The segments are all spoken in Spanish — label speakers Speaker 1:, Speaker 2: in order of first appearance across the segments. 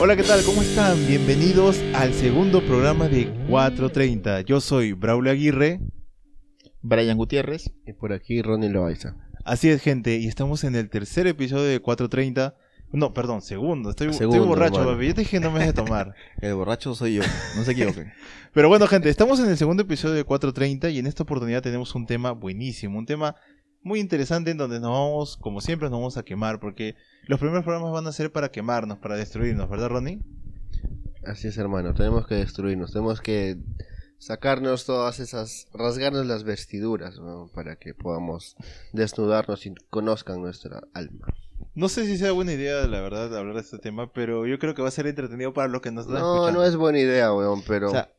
Speaker 1: Hola, ¿qué tal? ¿Cómo están? Bienvenidos al segundo programa de 430. Yo soy Braulio Aguirre.
Speaker 2: Brian Gutiérrez.
Speaker 3: Y por aquí Ronnie Loaiza.
Speaker 1: Así es, gente, y estamos en el tercer episodio de 430. No, perdón, segundo. Estoy, estoy
Speaker 3: Segundo,
Speaker 1: borracho,
Speaker 3: hermano.
Speaker 1: papi. Yo te dije no me vas a tomar.
Speaker 2: El borracho soy yo, no se equivoquen.
Speaker 1: Pero bueno, gente, estamos en el segundo episodio de 430 y en esta oportunidad tenemos un tema buenísimo, un tema muy interesante en donde nos vamos, como siempre, nos vamos a quemar, porque los primeros programas van a ser para quemarnos, para destruirnos, ¿verdad, Ronnie?
Speaker 3: Así es, hermano. Tenemos que destruirnos. Tenemos que sacarnos todas esas. rasgarnos las vestiduras, ¿no? Para que podamos desnudarnos y conozcan nuestra alma.
Speaker 1: No sé si sea buena idea, la verdad, hablar de este tema, pero yo creo que va a ser entretenido para los que nos están
Speaker 3: No,
Speaker 1: escuchando.
Speaker 3: no es buena idea, weón, pero.
Speaker 2: O sea,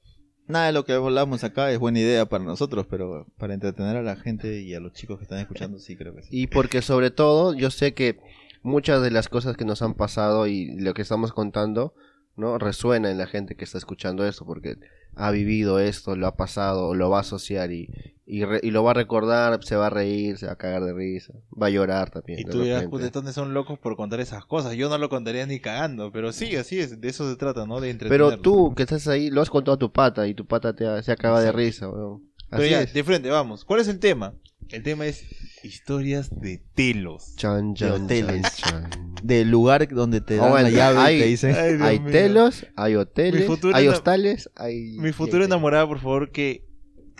Speaker 2: nada de lo que hablamos acá es buena idea para nosotros, pero para entretener a la gente y a los chicos que están escuchando, sí creo que sí.
Speaker 3: Y porque sobre todo, yo sé que muchas de las cosas que nos han pasado y lo que estamos contando, ¿no? Resuena en la gente que está escuchando esto, porque ha vivido esto, lo ha pasado, lo va a asociar y, y, re- y lo va a recordar, se va a reír, se va a cagar de risa, va a llorar también.
Speaker 1: Y
Speaker 3: de
Speaker 1: tú dirás,
Speaker 3: repente.
Speaker 1: "Puta, estos son locos por contar esas cosas. Yo no lo contaría ni cagando, pero sí, así es, de eso se trata, ¿no? De entretenerlos.
Speaker 3: Pero tú que estás ahí, lo has contado a tu pata y tu pata te ha- se acaba de risa, weón.
Speaker 1: Pero
Speaker 3: Así
Speaker 1: ya,
Speaker 3: es.
Speaker 1: de frente, vamos. ¿Cuál es el tema? El tema es historias de telos.
Speaker 3: Chan, chan,
Speaker 2: De
Speaker 3: chan,
Speaker 2: hoteles.
Speaker 3: chan.
Speaker 2: Del lugar donde te
Speaker 3: Ah,
Speaker 2: dan la
Speaker 3: bueno,
Speaker 2: llave y
Speaker 3: hay-
Speaker 2: te dicen...
Speaker 1: Ay, Dios
Speaker 3: Hay
Speaker 1: mío.
Speaker 3: telos, hay
Speaker 1: Mi
Speaker 3: hoteles,
Speaker 1: futuro
Speaker 3: hay
Speaker 1: enam-
Speaker 3: hostales, hay...
Speaker 1: Mi futura
Speaker 3: gente.
Speaker 1: enamorada, por favor, que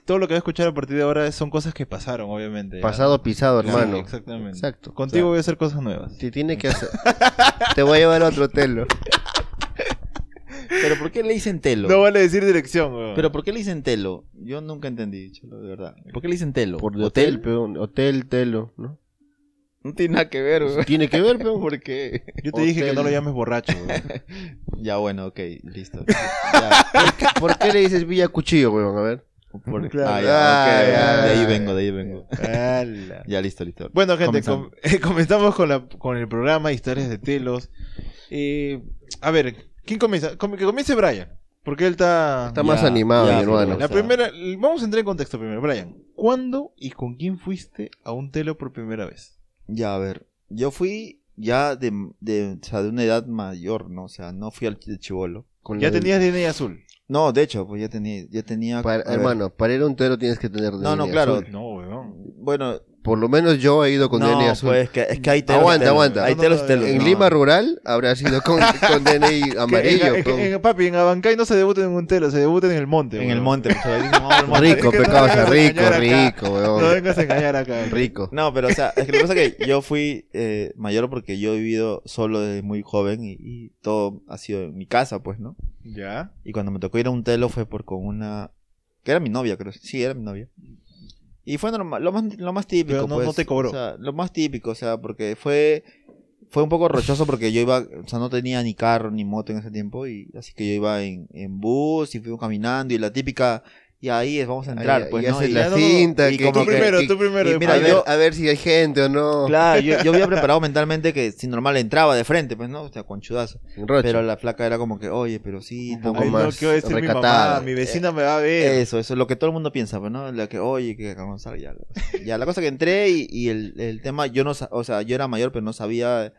Speaker 1: todo lo que va a escuchar a partir de ahora son cosas que pasaron, obviamente. ¿ah?
Speaker 3: Pasado pisado,
Speaker 1: Sí,
Speaker 3: hermano.
Speaker 1: exactamente.
Speaker 3: Exacto.
Speaker 1: Contigo
Speaker 3: O
Speaker 1: voy a hacer cosas nuevas.
Speaker 3: sea, si tiene que hacer. Te voy a llevar a otro telo.
Speaker 2: ¿Pero por qué le dicen telo?
Speaker 1: No vale decir dirección, weón.
Speaker 2: ¿Pero por qué le dicen telo? Yo nunca entendí, cholo, de verdad. ¿Por qué le dicen telo?
Speaker 3: Por hotel, peón. Hotel, telo, ¿no?
Speaker 2: No tiene nada que ver, güey.
Speaker 3: Tiene que ver, peón.
Speaker 2: ¿Por qué?
Speaker 1: Yo te dije que
Speaker 3: Hotel.
Speaker 1: no lo llames borracho, weón.
Speaker 2: Ya, bueno, ok, listo. Ya,
Speaker 3: ¿Por qué le dices Villa Cuchillo, weón? A ver.
Speaker 2: por-
Speaker 1: Claro.
Speaker 2: ah, ya, ok,
Speaker 3: Ah,
Speaker 2: de ahí
Speaker 3: ya,
Speaker 2: vengo,
Speaker 3: ya.
Speaker 2: de ahí vengo.
Speaker 1: Ala.
Speaker 2: Ya, listo, listo.
Speaker 1: Bueno, gente,
Speaker 2: Comenzamos.
Speaker 1: com- eh, comenzamos con, la, con el programa Historias de Telos. Eh, a ver, ¿quién comienza? Com- que comience Brian, porque él está...
Speaker 3: Está más animado, mi hermano.
Speaker 1: la primera, vamos a entrar en contexto primero. Brian, ¿cuándo y con quién fuiste a un telo por primera vez?
Speaker 2: Ya, a ver. Yo fui ya de, de, o sea, de una edad mayor, ¿no? O sea, no fui al chivolo.
Speaker 3: Con
Speaker 1: Ya
Speaker 3: la-
Speaker 1: tenías DNI azul.
Speaker 2: No, de hecho, pues ya tenía, ya tenía.
Speaker 3: Para-
Speaker 2: a ver,
Speaker 3: hermano, para ir a un telo tienes que tener
Speaker 2: No, no,
Speaker 3: DNI
Speaker 2: claro.
Speaker 3: azul.
Speaker 1: No, weón.
Speaker 2: Bueno,
Speaker 3: Por lo menos yo he ido con
Speaker 2: no,
Speaker 3: DNI azul.
Speaker 2: pues es que, es que hay telos.
Speaker 3: Aguanta,
Speaker 2: telos.
Speaker 3: aguanta.
Speaker 2: Hay
Speaker 1: No,
Speaker 2: telos,
Speaker 1: no, no,
Speaker 2: telos.
Speaker 3: En
Speaker 2: no.
Speaker 3: Lima rural habrá sido con, con DNI amarillo.
Speaker 1: Que- que-
Speaker 3: peón.
Speaker 1: que- que- papi, en Abancay no se debuta en un telo, se debuta en el monte.
Speaker 2: En
Speaker 1: weón.
Speaker 2: el monte, pues, ahí dicen, vamos al monte.
Speaker 3: Rico,
Speaker 1: que no
Speaker 3: pecado,
Speaker 1: vengas a
Speaker 3: rico,
Speaker 1: engañar acá.
Speaker 3: rico,
Speaker 1: No
Speaker 3: weón.
Speaker 1: vengas a engañar acá.
Speaker 3: Rico.
Speaker 2: No, pero o sea, es que lo que pasa es que yo fui eh, mayor porque yo he vivido solo desde muy joven y, y todo ha sido en mi casa, pues, ¿no?
Speaker 1: ¿Ya?
Speaker 2: Y cuando me tocó ir a un telo fue por con una... Que era mi novia, creo. Sí, era mi novia. Y fue normal, lo más, lo más típico.
Speaker 1: Pero no-
Speaker 2: pues,
Speaker 1: no te cobró.
Speaker 2: O sea, lo más típico, o sea, porque fue... Fue un poco rochoso porque yo iba, o sea, no tenía ni carro ni moto en ese tiempo, y así que yo iba en, en bus y fuimos caminando y la típica, y ahí es, vamos a entrar,
Speaker 3: Ahí-
Speaker 2: pues,
Speaker 3: ahí
Speaker 2: ¿no?
Speaker 3: haces
Speaker 2: Y-
Speaker 3: la
Speaker 1: no, no,
Speaker 3: cinta.
Speaker 2: y
Speaker 3: que-
Speaker 2: como
Speaker 1: Tú
Speaker 3: que-
Speaker 1: primero,
Speaker 3: que-
Speaker 1: tú primero.
Speaker 2: y mira,
Speaker 3: a,
Speaker 1: después.
Speaker 3: ver,
Speaker 2: yo-
Speaker 3: a ver si hay gente o no.
Speaker 2: Claro, yo, yo había preparado mentalmente que si normal entraba de frente, pues no, o sea, con chudazo.
Speaker 3: Rocha.
Speaker 2: Pero la flaca era como que, oye, pero sí,
Speaker 3: Un poco
Speaker 1: Ay,
Speaker 2: también".
Speaker 1: no,
Speaker 3: más
Speaker 1: ¿qué va a decir mi
Speaker 3: recatado.
Speaker 1: mamá? Mi vecina me va a ver.
Speaker 2: Eso, eso es lo que todo el mundo piensa, pues no, la que, oye, que vamos a ya. Ya, la cosa que entré y, y el, el tema, yo no, sa- o sea, yo era mayor, pero no sabía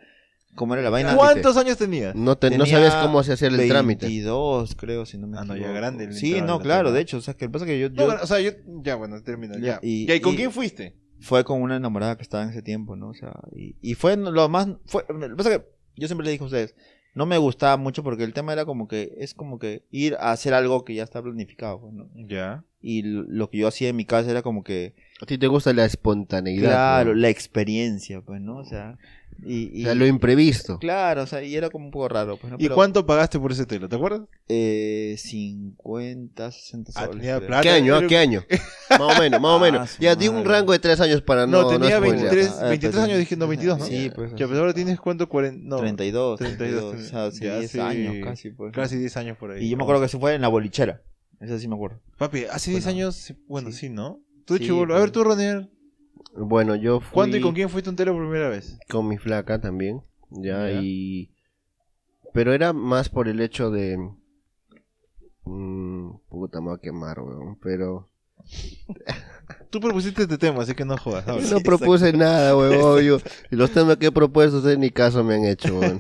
Speaker 2: cómo era la vaina.
Speaker 1: ¿Cuántos años tenías?
Speaker 3: no, te- no
Speaker 2: Tenía
Speaker 3: sabías cómo se hacía el trámite.
Speaker 2: 22, creo, si no me
Speaker 1: Ah, no, ya
Speaker 2: equivoco.
Speaker 1: grande le
Speaker 2: Sí,
Speaker 1: entraba
Speaker 2: no,
Speaker 1: la
Speaker 2: claro,
Speaker 1: tema.
Speaker 2: de hecho, o sea, que el pasa que yo,
Speaker 1: No,
Speaker 2: yo
Speaker 1: bueno, o sea, yo... Ya, bueno, termina. Ya.
Speaker 2: Ya,
Speaker 1: ¿Y,
Speaker 2: y-
Speaker 1: ya, ¿y con
Speaker 2: y-
Speaker 1: quién fuiste?
Speaker 2: fue con una enamorada que estaba en ese tiempo, ¿no? O sea, y, y fue lo más... Fue, lo que pasa es que yo siempre le dije a ustedes, no me gustaba mucho porque el tema era como que, es como que ir a hacer algo que ya está planificado, pues, ¿no?
Speaker 1: Ya.
Speaker 2: Y lo- lo que yo hacía en mi casa era como que,
Speaker 3: A ti te gusta la espontaneidad.
Speaker 2: claro,
Speaker 3: ¿no?
Speaker 2: la experiencia, pues, ¿no? O sea, y...
Speaker 3: O
Speaker 2: y-
Speaker 3: sea, lo imprevisto.
Speaker 2: Claro, o sea, y era como un poco raro, pues, ¿no?
Speaker 1: ¿Y
Speaker 2: Pero,
Speaker 1: cuánto pagaste por ese telo? ¿Te acuerdas?
Speaker 2: Eh, 50, 60
Speaker 1: Ah,
Speaker 2: soles.
Speaker 1: tenía
Speaker 2: creo.
Speaker 1: plata.
Speaker 3: ¿Qué año? ah?
Speaker 1: Pero-
Speaker 3: ¿Qué año? Más o menos, más o
Speaker 2: Ah,
Speaker 3: menos.
Speaker 2: su
Speaker 3: Ya di un
Speaker 2: madre.
Speaker 3: rango de tres años para no.
Speaker 1: No, tenía
Speaker 3: no spoilear.
Speaker 1: 23,
Speaker 2: Ah,
Speaker 1: 23
Speaker 2: pues,
Speaker 1: años, dije, no, 22, ¿no?
Speaker 2: Sí, pues.
Speaker 1: Ya, pero ahora tienes cuánto, 40, no,
Speaker 2: 32,
Speaker 1: 32,
Speaker 2: 32, o sea, hace
Speaker 1: ya,
Speaker 2: 10
Speaker 1: sí.
Speaker 2: años casi, pues. ¿no?
Speaker 1: casi 10 años por ahí.
Speaker 2: Y yo me acuerdo que se fue en la bolichera. Esa sí me acuerdo.
Speaker 1: Papi, hace 10
Speaker 2: Bueno.
Speaker 1: años, bueno, sí, ¿no? Tú,
Speaker 2: Sí,
Speaker 1: chivolo. A
Speaker 2: pues.
Speaker 1: ver, tú, Ronel,
Speaker 3: Bueno, yo fui
Speaker 1: ¿cuándo y con quién fuiste un telo por primera vez?
Speaker 3: con mi flaca también. Ya,
Speaker 1: Ya.
Speaker 3: y. Pero era más por el hecho de. Mm, puta, me voy a quemar, weón. Pero.
Speaker 1: Tú propusiste este tema, así que no jodas.
Speaker 3: Yo
Speaker 1: habla.
Speaker 3: no propuse nada, huevón. Yo, los temas que he propuesto, ustedes ni caso me han hecho, huevón.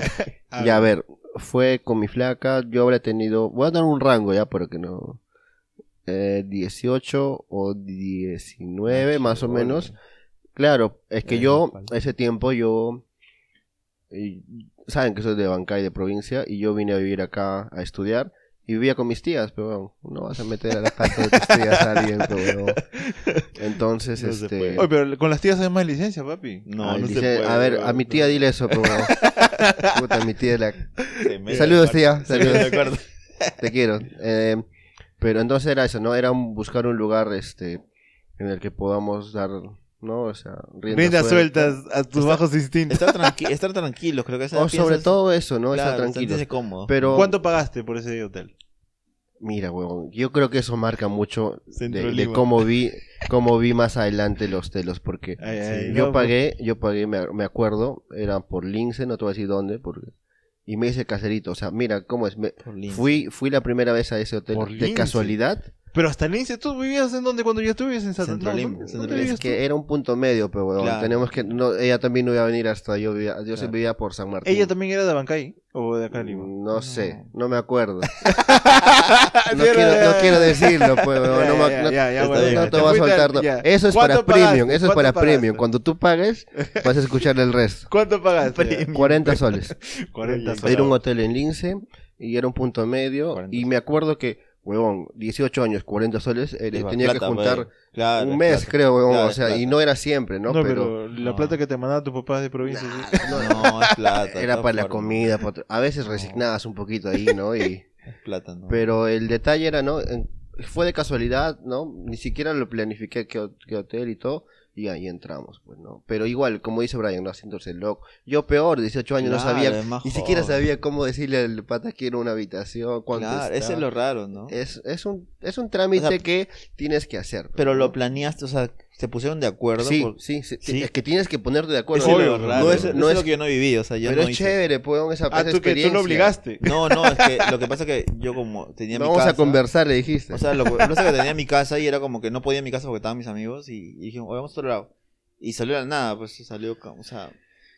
Speaker 1: A
Speaker 3: Ya, a ver, fue con mi flaca, yo habré tenido, voy a dar un rango ya, pero que no, eh, 18 o 19 más o menos. Claro, es que
Speaker 2: Eh,
Speaker 3: yo,
Speaker 2: pal.
Speaker 3: ese tiempo yo, y- saben que soy de Bancay, de provincia, y yo vine a vivir acá a estudiar, y vivía con mis tías, pero bueno, no vas a meter a la casa de tus tías a alguien, pero bueno. Entonces,
Speaker 2: No se
Speaker 3: este...
Speaker 2: puede.
Speaker 1: Oye, pero con las tías hay más licencia, papi. Ah,
Speaker 2: No,
Speaker 3: ay,
Speaker 2: no se
Speaker 3: dice,
Speaker 2: puede,
Speaker 3: a ver,
Speaker 2: weón.
Speaker 3: a mi tía dile eso, pero bueno. Puta, mi tía es la
Speaker 2: Se me-
Speaker 3: Saludos, tía.
Speaker 2: Se me-
Speaker 3: Saludos.
Speaker 2: de acuerdo.
Speaker 3: Te quiero. Eh, pero entonces era eso, ¿no? Era un- buscar un lugar este en el que podamos dar, ¿no? O sea, rienda
Speaker 1: Riendas
Speaker 3: suelta.
Speaker 1: sueltas a tus
Speaker 2: Está-
Speaker 1: bajos instintos.
Speaker 2: Estar, tranqui- estar tranquilos, creo que esa
Speaker 3: O sobre
Speaker 2: piensas-
Speaker 3: todo eso, ¿no?
Speaker 2: Claro,
Speaker 3: Estar tranquilos.
Speaker 2: sentirse cómodo.
Speaker 3: Pero,
Speaker 1: ¿Cuánto pagaste por ese hotel?
Speaker 3: mira, huevón, yo creo que eso marca mucho
Speaker 1: Centro
Speaker 3: de, de
Speaker 1: Lima.
Speaker 3: cómo vi cómo vi más adelante los telos, porque
Speaker 1: Ay, ay,
Speaker 3: yo
Speaker 1: no, pues.
Speaker 3: pagué, yo pagué, me, me acuerdo, era por Lince, no te voy a decir dónde, porque, y me hice caserito, o sea, mira, ¿cómo es? me-
Speaker 2: Por lindo.
Speaker 3: fui, fui la primera vez a ese hotel
Speaker 1: Por
Speaker 3: de
Speaker 1: Lince.
Speaker 3: casualidad.
Speaker 1: Pero hasta el inicio, ¿tú vivías en donde cuando yo estuve? En Santa
Speaker 2: Centro Lima, Centro
Speaker 1: ¿dónde
Speaker 2: Lima.
Speaker 1: vivías
Speaker 3: Es
Speaker 1: tú?
Speaker 3: que era un punto medio, pero weón,
Speaker 2: Claro.
Speaker 3: tenemos que no, ella también no iba a venir hasta yo vivía, yo sí
Speaker 2: Claro.
Speaker 3: vivía por San Martín. Mm,
Speaker 1: ¿Ella también era de Abancay? ¿O de acá de Lima?
Speaker 3: No sé, no me acuerdo.
Speaker 1: Sí,
Speaker 3: No
Speaker 1: era
Speaker 3: quiero,
Speaker 1: de-
Speaker 3: no quiero decirlo, pues, weón,
Speaker 1: Ya,
Speaker 3: no, me-
Speaker 1: ya,
Speaker 3: no-
Speaker 1: ya, ya,
Speaker 3: no-
Speaker 1: bueno,
Speaker 3: no
Speaker 1: ya,
Speaker 3: te
Speaker 1: te
Speaker 3: voy a
Speaker 1: fuiste al-
Speaker 3: soltarlo.
Speaker 1: ya.
Speaker 3: Eso es para
Speaker 1: ¿Cuánto pagaste?
Speaker 3: premium, eso es
Speaker 1: ¿Cuánto
Speaker 3: para
Speaker 1: pagaste?
Speaker 3: premium. Cuando tú pagues, vas a escuchar el resto.
Speaker 1: ¿Cuánto pagaste?
Speaker 3: 40 soles.
Speaker 1: 40
Speaker 2: Era
Speaker 3: Era un
Speaker 1: soles.
Speaker 3: hotel en Lince y era un punto medio
Speaker 2: 40
Speaker 3: y me acuerdo que, huevón, 18 años, 40 soles, eh,
Speaker 2: Es más
Speaker 3: tenía que
Speaker 2: plata,
Speaker 3: juntar
Speaker 2: weón. Claro,
Speaker 3: un
Speaker 2: es
Speaker 3: mes,
Speaker 2: plata.
Speaker 3: creo, huevón,
Speaker 2: Claro,
Speaker 3: o
Speaker 2: es
Speaker 3: sea, y
Speaker 2: plata.
Speaker 3: no era siempre, ¿no?
Speaker 1: No, pero la
Speaker 2: no.
Speaker 1: plata que te mandaban tus papás de provincia. sí.
Speaker 2: No, no, es plata.
Speaker 3: Era
Speaker 2: no,
Speaker 3: para la
Speaker 2: por-
Speaker 3: comida, para otro- a veces
Speaker 2: No.
Speaker 3: resignabas un poquito ahí, ¿no? Y,
Speaker 2: es plata, no.
Speaker 3: pero el detalle era, ¿no? En- Fue de casualidad, ¿no? Ni siquiera lo planifiqué qué, ho- qué hotel y todo, y ahí entramos, pues, ¿no? Pero igual, como dice Brian, no haciéndose loco. Yo peor, 18 años, no
Speaker 2: Claro,
Speaker 3: sabía,
Speaker 2: es más
Speaker 3: ni siquiera
Speaker 2: joven.
Speaker 3: sabía cómo decirle al pata que era una habitación, cuánto
Speaker 2: Claro,
Speaker 3: está.
Speaker 2: ese es lo raro, ¿no?
Speaker 3: es, es un, es un trámite
Speaker 2: O sea,
Speaker 3: que tienes que hacer. pues,
Speaker 2: Pero
Speaker 3: ¿no?
Speaker 2: lo planeaste, o sea, se pusieron de acuerdo.
Speaker 3: Sí,
Speaker 2: por-
Speaker 3: sí, sí,
Speaker 2: Sí.
Speaker 3: es que tienes que ponerte de acuerdo.
Speaker 2: Ese es
Speaker 1: Obvio,
Speaker 2: lo
Speaker 3: no
Speaker 2: raro. No
Speaker 3: es-
Speaker 2: es,
Speaker 3: no es-
Speaker 2: lo que yo no he vivido, o sea, yo
Speaker 3: Pero
Speaker 2: no
Speaker 3: es
Speaker 2: hice.
Speaker 3: chévere, pues, esa,
Speaker 1: Ah,
Speaker 3: esa
Speaker 1: tú que tú lo
Speaker 3: experiencia.
Speaker 1: obligaste.
Speaker 2: No, no, es que lo que pasa es que yo como tenía mi
Speaker 3: Vamos
Speaker 2: casa.
Speaker 3: a conversar, le dijiste.
Speaker 2: O sea, lo que lo que pasa es que tenía mi casa y era como que no podía en mi casa porque estaban mis amigos y, y dijimos, oye, vamos a otro lado. Y salió de la nada, pues salió, ca- o sea.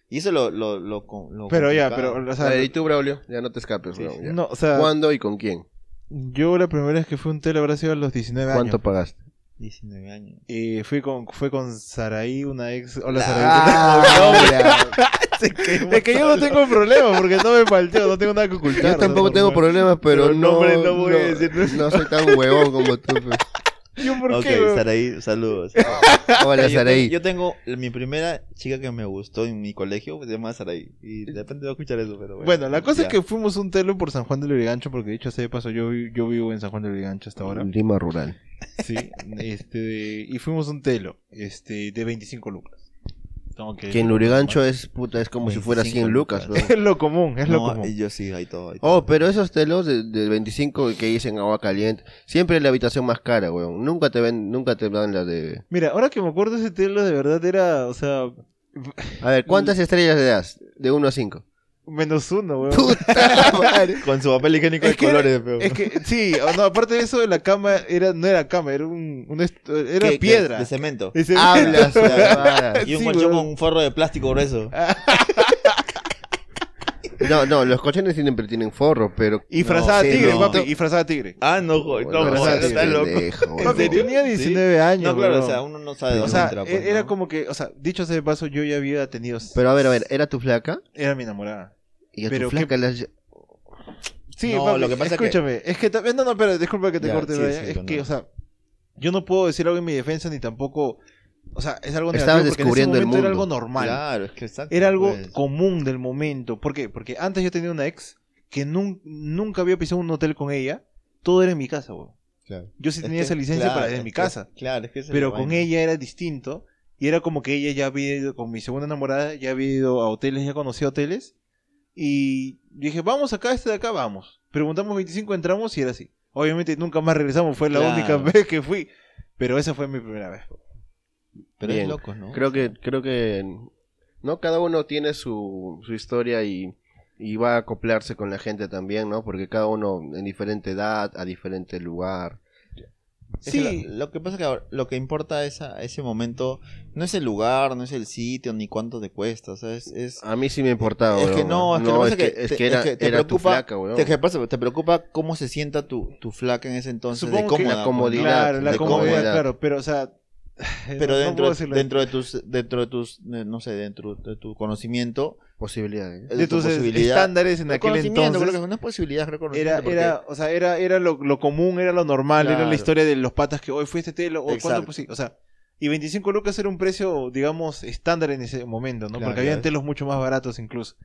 Speaker 2: Y eso lo. lo, lo, con- lo
Speaker 1: Pero ya,
Speaker 2: complicado.
Speaker 1: pero, o
Speaker 3: A
Speaker 1: sea,
Speaker 3: ver, ¿y tú, Braulio? Ya no te escapes,
Speaker 2: Sí,
Speaker 3: Braulio, ya.
Speaker 1: no, o sea,
Speaker 3: ¿Cuándo y con quién?
Speaker 1: yo la primera vez que fui a un tele habrá sido a los 19
Speaker 3: ¿Cuánto
Speaker 1: años.
Speaker 3: pagaste?
Speaker 2: 19 años.
Speaker 1: Y fui con, fue con Saraí, una ex. Hola, Saraí.
Speaker 3: Ah, ya.
Speaker 1: Es que yo no tengo problemas porque no me palteo, no tengo nada que ocultar.
Speaker 3: Yo tampoco tengo problemas, pero,
Speaker 1: Pero el
Speaker 3: no,
Speaker 1: nombre no voy a decir.
Speaker 3: no soy tan huevón como tú. pues.
Speaker 1: ¿Yo por
Speaker 2: ok,
Speaker 1: qué? weón?
Speaker 2: Saraí, saludos.
Speaker 3: Hola,
Speaker 2: yo,
Speaker 3: Saraí.
Speaker 2: tengo, yo tengo la- mi primera chica que me gustó en mi colegio, pues, se llama Saraí. Y de repente va a escuchar eso, pero bueno.
Speaker 1: Bueno, la cosa
Speaker 2: Ya.
Speaker 1: es que fuimos un telo por San Juan del Lurigancho, porque dicho sea de paso, yo, vi- yo vivo en San Juan del Lurigancho hasta ahora.
Speaker 3: Lima rural.
Speaker 1: Sí, este, y fuimos un telo, este, de 25 lucas. Tengo que
Speaker 3: Que en Lurigancho es puta, es como si fuera 100
Speaker 2: 25
Speaker 3: lucas,
Speaker 2: lucas.
Speaker 3: weón.
Speaker 1: Es lo común, es lo
Speaker 2: No, eh.
Speaker 1: común.
Speaker 2: Yo sí, hay todo. hay todo.
Speaker 3: Oh, pero esos telos de, de 25 que dicen agua caliente, siempre es la habitación más cara, weón. Nunca te ven, nunca te dan la de.
Speaker 1: Mira, ahora que me acuerdo ese telo de verdad era, o sea,
Speaker 3: A ver, ¿cuántas estrellas le das? De 1 a 5.
Speaker 1: menos uno, weón.
Speaker 3: Puta madre.
Speaker 2: Con su papel higiénico
Speaker 1: Ah, Es
Speaker 2: de
Speaker 1: que
Speaker 2: colores, pero-
Speaker 1: Es que, sí, o no, aparte de eso, la cama era, no era cama, era un, un est- era
Speaker 2: ¿Qué- qué?
Speaker 1: piedra.
Speaker 2: De Ah, cemento.
Speaker 1: Ese-
Speaker 3: Hablas,
Speaker 2: Y un
Speaker 1: Sí, Ah.
Speaker 2: colchón
Speaker 1: weón.
Speaker 2: con un forro de plástico grueso.
Speaker 3: No, no, los colchones siempre tienen forro, pero.
Speaker 1: Y frazada
Speaker 2: No, sí,
Speaker 1: tigre,
Speaker 2: no.
Speaker 1: papi, y frazada tigre.
Speaker 2: Ah, no, joder, no,
Speaker 1: pero
Speaker 2: joder,
Speaker 1: ese
Speaker 2: estás loco.
Speaker 1: Papi,
Speaker 2: serio?
Speaker 1: tenía 19 años,
Speaker 2: No, claro,
Speaker 1: weón.
Speaker 2: o sea, uno no sabe
Speaker 3: O
Speaker 1: O
Speaker 2: dónde
Speaker 1: sea, e-,
Speaker 2: entra, pues,
Speaker 1: era
Speaker 2: ¿no?
Speaker 1: como que, o sea, dicho sea de paso, yo ya había tenido.
Speaker 3: Pero a ver, a ver, ¿era tu flaca?
Speaker 1: Era mi enamorada.
Speaker 3: Y a
Speaker 1: Pero
Speaker 3: tu flaca las-
Speaker 1: Sí,
Speaker 2: No,
Speaker 1: papi,
Speaker 2: lo que pasa es que-
Speaker 1: escúchame. Es que, también, no, no, pero disculpa que te
Speaker 2: Ya,
Speaker 1: corte,
Speaker 2: sí,
Speaker 1: Brian,
Speaker 2: sí,
Speaker 1: es
Speaker 2: con
Speaker 1: que,
Speaker 2: nada.
Speaker 1: o sea, yo no puedo decir algo en mi defensa ni tampoco. O sea, es algo negativo
Speaker 3: Estabas
Speaker 1: porque en ese
Speaker 3: descubriendo el
Speaker 1: momento era
Speaker 3: mundo.
Speaker 1: algo normal.
Speaker 2: Claro, es que exacto,
Speaker 1: Era algo
Speaker 2: pues.
Speaker 1: común del momento. ¿Por qué? Porque antes yo tenía una ex que nun- nunca había pisado un hotel con ella. Todo era en mi casa, weón.
Speaker 2: Claro.
Speaker 1: Yo sí
Speaker 2: Es
Speaker 1: tenía
Speaker 2: que-
Speaker 1: esa licencia
Speaker 2: claro,
Speaker 1: para ir en
Speaker 2: es
Speaker 1: mi
Speaker 2: que-
Speaker 1: casa.
Speaker 2: Claro, es que esa es
Speaker 1: Pero
Speaker 2: la
Speaker 1: con
Speaker 2: vaina.
Speaker 1: ella era distinto. Y era como que ella ya había ido, con mi segunda enamorada, ya había ido a hoteles, ya conocía hoteles. Y dije, vamos acá, este de acá, vamos. Preguntamos 25, entramos y era así. Obviamente nunca más regresamos, fue la
Speaker 2: Claro.
Speaker 1: única vez que fui. Pero esa fue mi primera vez.
Speaker 2: Pero
Speaker 3: Bien.
Speaker 2: es loco, ¿no?
Speaker 3: Creo que, creo que. No, cada uno tiene su, su historia y, y va a acoplarse con la gente también, ¿no? Porque cada uno en diferente edad, a diferente lugar.
Speaker 2: Es que
Speaker 1: Sí.
Speaker 2: lo, lo que pasa es que ahora- lo que importa es a ese momento no es el lugar, no es el sitio, ni cuánto te cuesta. O sea, es,
Speaker 1: Ah,
Speaker 2: es-
Speaker 3: A mí sí me importaba,
Speaker 2: es que
Speaker 3: weón.
Speaker 2: no, es que lo que
Speaker 3: es
Speaker 2: pasa es
Speaker 3: que, es
Speaker 2: te-
Speaker 3: que era,
Speaker 2: es que te
Speaker 3: era tu
Speaker 2: preocupa-
Speaker 3: flaca, weón.
Speaker 2: Te, pasa? te preocupa cómo se sienta tu, tu flaca en ese entonces, de
Speaker 1: Supongo que
Speaker 2: cómoda,
Speaker 3: la
Speaker 2: pues, ¿no?
Speaker 3: comodidad,
Speaker 1: Claro, la
Speaker 2: de
Speaker 1: comodidad,
Speaker 3: comodidad.
Speaker 1: claro, pero o sea...
Speaker 2: Pero
Speaker 1: no- no
Speaker 2: dentro,
Speaker 1: puedo decirlo.
Speaker 2: dentro de tus, dentro de tus, eh, no sé, dentro de tu conocimiento,
Speaker 3: Posibilidades.
Speaker 1: de tus
Speaker 2: posibilidad.
Speaker 1: estándares en
Speaker 2: No,
Speaker 1: aquel
Speaker 2: conocimiento,
Speaker 1: entonces...
Speaker 2: creo que no es posibilidad, creo,
Speaker 1: Era,
Speaker 2: conocimiento, porque-
Speaker 1: era, o sea, era, era lo, lo común, era lo normal, era la
Speaker 2: Claro.
Speaker 1: historia de los patas que hoy fue este telo, hoy cuándo,
Speaker 2: Exacto.
Speaker 1: pues sí, o sea, y 25 lucas era un precio, digamos, estándar en ese momento, ¿no?
Speaker 2: Claro,
Speaker 1: Porque había
Speaker 2: ya ves.
Speaker 1: telos mucho más baratos incluso,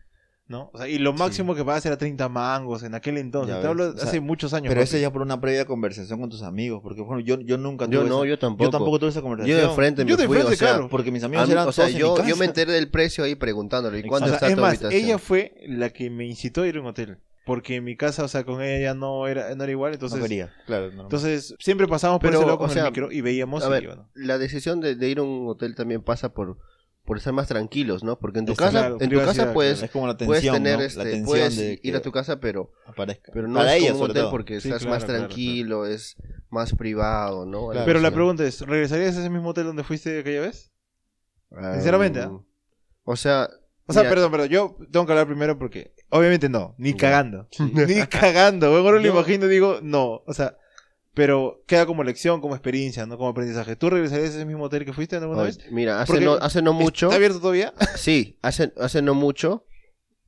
Speaker 1: ¿no? O sea, y lo máximo que pagabas era 30 mangos en aquel entonces, te
Speaker 2: Ya ves,
Speaker 1: hablo
Speaker 2: o sea,
Speaker 1: hace muchos años.
Speaker 2: Pero
Speaker 1: papi.
Speaker 2: eso ya por una previa conversación con tus amigos, porque bueno, yo, yo nunca
Speaker 3: Yo
Speaker 2: tuve
Speaker 3: no,
Speaker 2: esa-
Speaker 3: yo tampoco.
Speaker 2: yo tampoco tuve esa
Speaker 3: Yo
Speaker 2: conversación.
Speaker 3: de frente me
Speaker 1: Yo de
Speaker 3: fui,
Speaker 1: frente,
Speaker 3: o sea,
Speaker 1: claro.
Speaker 2: Porque mis
Speaker 3: a
Speaker 2: amigos
Speaker 3: mí-
Speaker 2: eran
Speaker 3: o sea,
Speaker 2: todos en
Speaker 3: yo,
Speaker 2: mi casa.
Speaker 3: yo me enteré del precio ahí preguntándolo. ¿Y
Speaker 1: Ah, O
Speaker 3: cuánto
Speaker 1: sea,
Speaker 3: está
Speaker 1: es
Speaker 3: tu
Speaker 1: más,
Speaker 3: habitación?
Speaker 1: ella fue la que me incitó a ir a un hotel, porque en mi casa, o sea, con ella ya no era, no era igual, entonces,
Speaker 2: no quería, claro. normal.
Speaker 1: entonces siempre pasábamos por
Speaker 3: Pero,
Speaker 1: ese lado con
Speaker 3: o
Speaker 1: el
Speaker 3: sea,
Speaker 1: micro y veíamos
Speaker 3: a
Speaker 1: y
Speaker 3: ver,
Speaker 1: yo, ¿no?
Speaker 3: La decisión de, de ir a un hotel también pasa por, por estar más tranquilos, ¿no? Porque en tu
Speaker 2: Está
Speaker 3: casa,
Speaker 1: claro,
Speaker 3: en tu
Speaker 1: privacidad,
Speaker 3: casa puedes,
Speaker 2: es como la tensión,
Speaker 3: puedes tener,
Speaker 2: ¿no?
Speaker 3: este,
Speaker 2: la tensión
Speaker 3: puedes
Speaker 2: de que
Speaker 3: ir a tu casa, pero,
Speaker 2: aparezca.
Speaker 3: pero no
Speaker 2: Para
Speaker 3: es
Speaker 2: ella,
Speaker 3: como un
Speaker 2: sobre
Speaker 3: hotel
Speaker 2: todo.
Speaker 3: porque
Speaker 1: Sí,
Speaker 3: estás
Speaker 1: claro,
Speaker 3: más
Speaker 1: claro, claro.
Speaker 3: tranquilo, es más privado, ¿no?
Speaker 2: Claro,
Speaker 1: Pero la
Speaker 2: sí.
Speaker 1: pregunta es, ¿regresarías a ese mismo hotel donde fuiste aquella vez?
Speaker 3: Ah,
Speaker 1: sinceramente, ¿ah?
Speaker 3: O sea,
Speaker 1: O sea,
Speaker 3: Mira.
Speaker 1: perdón, perdón, yo tengo que hablar primero porque obviamente no, ni
Speaker 3: Ya.
Speaker 1: cagando, ni cagando, weón, ahora lo
Speaker 2: Yo-
Speaker 1: imagino y digo, no, o sea, pero queda como lección, como experiencia, no como aprendizaje. ¿Tú regresarías a ese mismo hotel que fuiste alguna
Speaker 3: oye,
Speaker 1: vez?
Speaker 3: mira, hace
Speaker 1: Porque
Speaker 3: no, hace no mucho.
Speaker 1: ¿Está abierto todavía?
Speaker 3: Sí, hace, hace no mucho,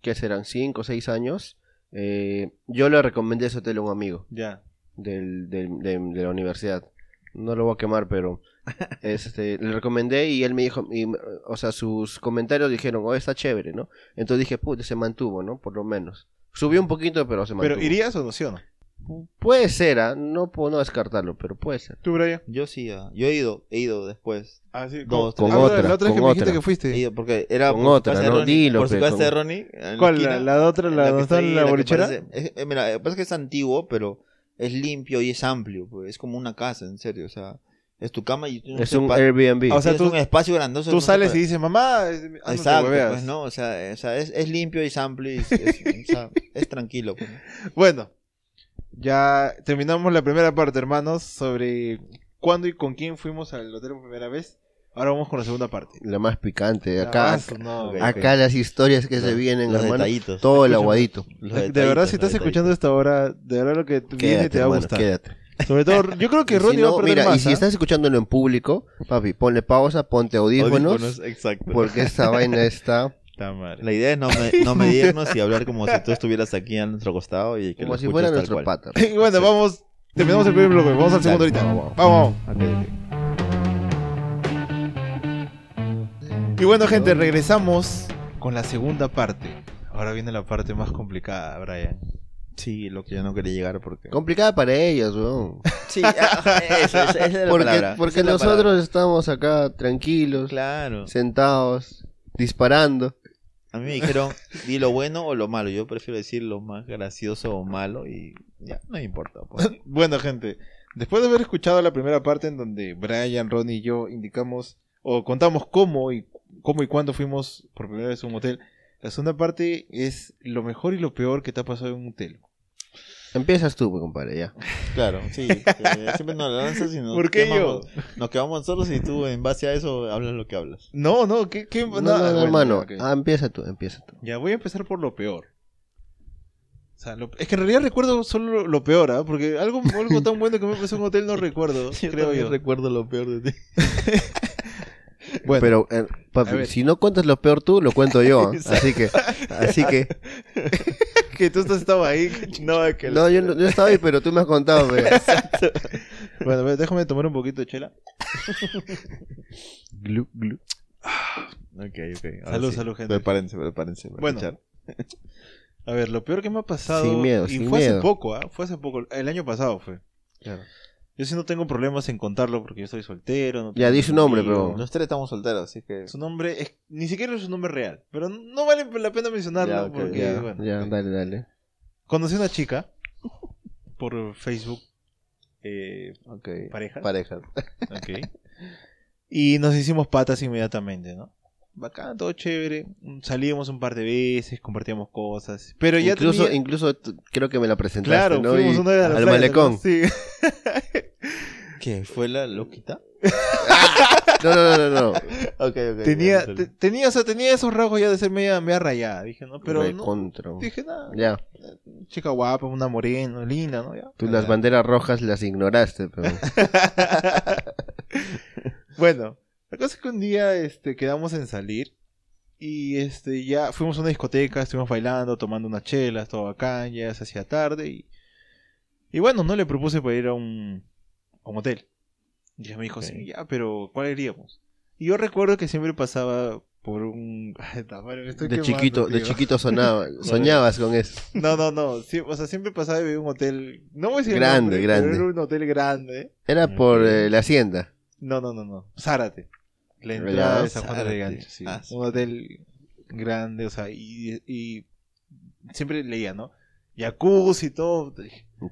Speaker 3: que serán 5 o 6 años, eh, yo le recomendé ese hotel a un amigo
Speaker 1: ya.
Speaker 3: del, del- de, de la universidad. No lo voy a quemar, pero este, le recomendé y él me dijo, y, o sea, sus comentarios dijeron, oh, está chévere, ¿no? Entonces dije, puta, se mantuvo, ¿no? Por lo menos. Subió un poquito, pero se mantuvo.
Speaker 1: ¿Pero irías o no, sí o no?
Speaker 3: Puede ser, ¿ah? no puedo no descartarlo, pero puede ser.
Speaker 1: ¿Tú, Brian?
Speaker 2: Yo sí, ah, yo he ido, he ido después.
Speaker 1: Ah, sí,
Speaker 2: Dos,
Speaker 1: con,
Speaker 2: tres.
Speaker 1: ah,
Speaker 2: Con
Speaker 1: verdad,
Speaker 3: otra,
Speaker 1: La otra vez que
Speaker 3: con
Speaker 1: me dijiste
Speaker 3: otra.
Speaker 1: que
Speaker 2: He
Speaker 1: fuiste.
Speaker 2: ido porque era
Speaker 3: Con
Speaker 2: por su
Speaker 3: otra,
Speaker 2: casa de
Speaker 3: ¿no?
Speaker 2: Ronnie,
Speaker 3: Dilo,
Speaker 2: por su
Speaker 3: pe,
Speaker 2: casa
Speaker 3: con-
Speaker 2: de Ronnie. en
Speaker 1: ¿Cuál?
Speaker 2: esquina,
Speaker 1: ¿La, la otra, la
Speaker 2: en
Speaker 1: donde
Speaker 2: que
Speaker 1: está
Speaker 2: está ahí,
Speaker 1: la
Speaker 2: que
Speaker 1: bolichera?
Speaker 2: parece- es- eh, mira, eh, pasa que es antiguo, pero es limpio y es amplio. pues, Es como una casa, en serio. O sea, es tu cama y tienes
Speaker 3: Es un
Speaker 2: espa-
Speaker 3: Airbnb.
Speaker 1: o sea,
Speaker 2: tienes
Speaker 1: tú-
Speaker 2: un espacio grandoso.
Speaker 1: Tú
Speaker 2: no sé,
Speaker 1: sales
Speaker 2: para-
Speaker 1: y dices, mamá, eh, ándate,
Speaker 2: Exacto,
Speaker 1: hueveas".
Speaker 2: pues no, o sea, eh, o sea, es, es limpio y es amplio y es, es- o sea, es tranquilo. pues, ¿no?
Speaker 1: Bueno, ya terminamos la primera parte, hermanos, sobre cuándo y con quién fuimos al hotel por primera vez. Ahora vamos con la segunda parte.
Speaker 3: La más picante.
Speaker 1: Ah,
Speaker 3: Acá,
Speaker 1: su- no,
Speaker 2: ok.
Speaker 1: güey.
Speaker 3: acá las historias que se
Speaker 2: Los-
Speaker 3: vienen,
Speaker 2: los
Speaker 3: hermano.
Speaker 2: detallitos.
Speaker 3: Todo el
Speaker 1: Escúchame.
Speaker 3: aguadito.
Speaker 2: Los
Speaker 1: De- de
Speaker 2: detallitos,
Speaker 1: verdad,
Speaker 2: los
Speaker 1: si estás
Speaker 2: detallitos.
Speaker 1: escuchando esta hora, de verdad lo que viene te va a
Speaker 3: hermano,
Speaker 1: gustar.
Speaker 3: quédate.
Speaker 1: Sobre todo, yo creo que
Speaker 3: Y si
Speaker 1: Ronnie
Speaker 3: no,
Speaker 1: va a perder
Speaker 3: mira,
Speaker 1: más.
Speaker 3: y si
Speaker 1: ¿ah?
Speaker 3: estás escuchándolo en público, papi, ponle pausa, ponte audífonos,
Speaker 2: Audífonos, exacto.
Speaker 3: porque esta vaina está
Speaker 1: Ta madre.
Speaker 2: La idea es no, me- no medirnos y hablar como si tú estuvieras aquí a nuestro costado y que lo
Speaker 3: como si
Speaker 2: escuches
Speaker 3: fuera
Speaker 2: tal
Speaker 3: nuestro
Speaker 2: cual.
Speaker 3: pata.
Speaker 1: Y bueno, vamos. Terminamos el primer bloque. Vamos al segundo
Speaker 2: Dale,
Speaker 1: ahorita.
Speaker 2: vamos,
Speaker 1: Vamos. vamos.
Speaker 2: Ok, ok.
Speaker 1: Y bueno, gente, regresamos con la segunda parte. Ahora viene la parte más complicada, Brian.
Speaker 2: Sí, lo que yo no quería llegar porque...
Speaker 3: Complicada para ellos, weón.
Speaker 2: Sí, ah, eso, esa- esa es la
Speaker 3: Porque,
Speaker 2: palabra,
Speaker 3: porque
Speaker 2: esa es la
Speaker 3: nosotros
Speaker 2: palabra.
Speaker 3: estamos acá tranquilos,
Speaker 2: Claro.
Speaker 3: sentados, disparando.
Speaker 2: A mí me dijeron, di lo bueno o lo malo. Yo prefiero decir lo más gracioso o malo y ya, no me importa. pues.
Speaker 1: Bueno, gente, después de haber escuchado la primera parte en donde Brian, Ronnie y yo indicamos o contamos cómo y cómo y cuándo fuimos por primera vez a un hotel, la segunda parte es lo mejor y lo peor que te ha pasado en un hotel.
Speaker 3: Empiezas tú, pues, compadre, ya.
Speaker 2: Claro, sí. porque Siempre nos la lanzas y nos
Speaker 1: ¿Por qué
Speaker 2: quemamos-
Speaker 1: yo?
Speaker 2: Nos quedamos solos y tú en base a eso hablas lo que hablas.
Speaker 1: No, no, ¿qué? qué?
Speaker 3: No,
Speaker 1: nada,
Speaker 3: no, no,
Speaker 1: bueno,
Speaker 3: hermano,
Speaker 1: ok.
Speaker 3: ah, empieza tú, empieza tú.
Speaker 1: Ya voy a empezar por lo peor. O sea, lo- es que en realidad recuerdo solo lo, lo peor, ¿ah? porque algo, algo tan bueno que me pasó en un hotel no recuerdo, creo
Speaker 2: también
Speaker 1: yo.
Speaker 2: recuerdo lo peor de ti.
Speaker 1: Bueno,
Speaker 3: Pero, eh,
Speaker 1: A
Speaker 3: papi,
Speaker 1: ver.
Speaker 3: si no cuentas lo peor tú, lo cuento yo. ¿eh? así que, así que.
Speaker 1: que tú estás estabas ahí. No, es que
Speaker 3: No, yo, no- yo estaba ahí, pero tú me has contado, pues. pero-
Speaker 1: Bueno, a ver, déjame tomar un poquito de chela.
Speaker 2: Ok, ok. ahora
Speaker 1: Salud,
Speaker 2: sí.
Speaker 1: salud, gente.
Speaker 2: Prepárense, prepárense. para
Speaker 1: Bueno,
Speaker 2: escuchar.
Speaker 1: A ver, lo peor que me ha pasado.
Speaker 3: Sin miedo,
Speaker 1: y
Speaker 3: sin
Speaker 1: fue hace
Speaker 3: miedo.
Speaker 1: poco, ¿ah? Fue hace poco. El año pasado fue. Yo sí no tengo problemas en contarlo porque yo soy soltero. No
Speaker 3: Ya,
Speaker 1: tengo
Speaker 3: di su nombre,
Speaker 1: novio.
Speaker 3: pero-
Speaker 2: Los tres estamos solteros, así que...
Speaker 1: Su nombre es. Ni siquiera es su nombre real. Pero no vale la pena mencionarlo
Speaker 2: Ya, ok,
Speaker 1: porque,
Speaker 3: Ya,
Speaker 1: bueno.
Speaker 3: ya, dale, dale.
Speaker 1: Conocí a una chica por Facebook. Eh,
Speaker 2: Ok.
Speaker 1: pareja.
Speaker 2: Pareja.
Speaker 1: Ok. Y nos hicimos patas inmediatamente, ¿no? Bacán, todo chévere. Salíamos un par de veces, compartíamos cosas. Pero ya
Speaker 3: incluso,
Speaker 1: tenía-
Speaker 3: incluso t- creo que me la presentaste,
Speaker 1: Claro,
Speaker 3: ¿no?
Speaker 1: fuimos
Speaker 3: Y
Speaker 1: una vez a la
Speaker 3: al
Speaker 1: playa,
Speaker 3: malecón.
Speaker 1: ¿no? Sí.
Speaker 2: ¿Qué? ¿Fue la loquita?
Speaker 3: No, no, no, no. no.
Speaker 2: Ok, ok.
Speaker 1: Tenía,
Speaker 2: ya,
Speaker 1: te- tenía, o sea, tenía esos rasgos ya de ser media, media rayada. Dije, no, pero no.
Speaker 3: Recontra.
Speaker 1: Dije, nada,
Speaker 3: Ya,
Speaker 1: chica guapa, una morena, linda, ¿no? Ya.
Speaker 3: tú las banderas rojas las ignoraste, pero...
Speaker 1: Bueno, la cosa es que un día este, quedamos en salir y este, ya fuimos a una discoteca, estuvimos bailando, tomando unas chelas, todo bacán, ya se hacía tarde y, y bueno, no le propuse para ir a un, a un hotel. Y ella me dijo,
Speaker 2: Ok.
Speaker 1: sí, ya, pero ¿cuál iríamos? Y yo recuerdo que siempre pasaba por un... Ay, ta madre, me estoy
Speaker 3: De
Speaker 1: quemando,
Speaker 3: chiquito, de
Speaker 1: tío.
Speaker 3: chiquito sonaba, soñabas con eso.
Speaker 1: No, no, no, sí, o sea, siempre pasaba y veía un hotel... No voy a decir el
Speaker 3: Grande,
Speaker 1: nombre, pero
Speaker 3: grande.
Speaker 1: Era un hotel grande.
Speaker 3: Era por eh, la hacienda.
Speaker 1: No, no, no, no. Zárate. La
Speaker 3: ¿Verdad?
Speaker 1: entrada de San Juan
Speaker 2: Zárate.
Speaker 1: de Gancho, sí.
Speaker 2: Ah, sí.
Speaker 1: Un hotel grande, o sea, y, y siempre leía, ¿no? Jacuzzi y todo.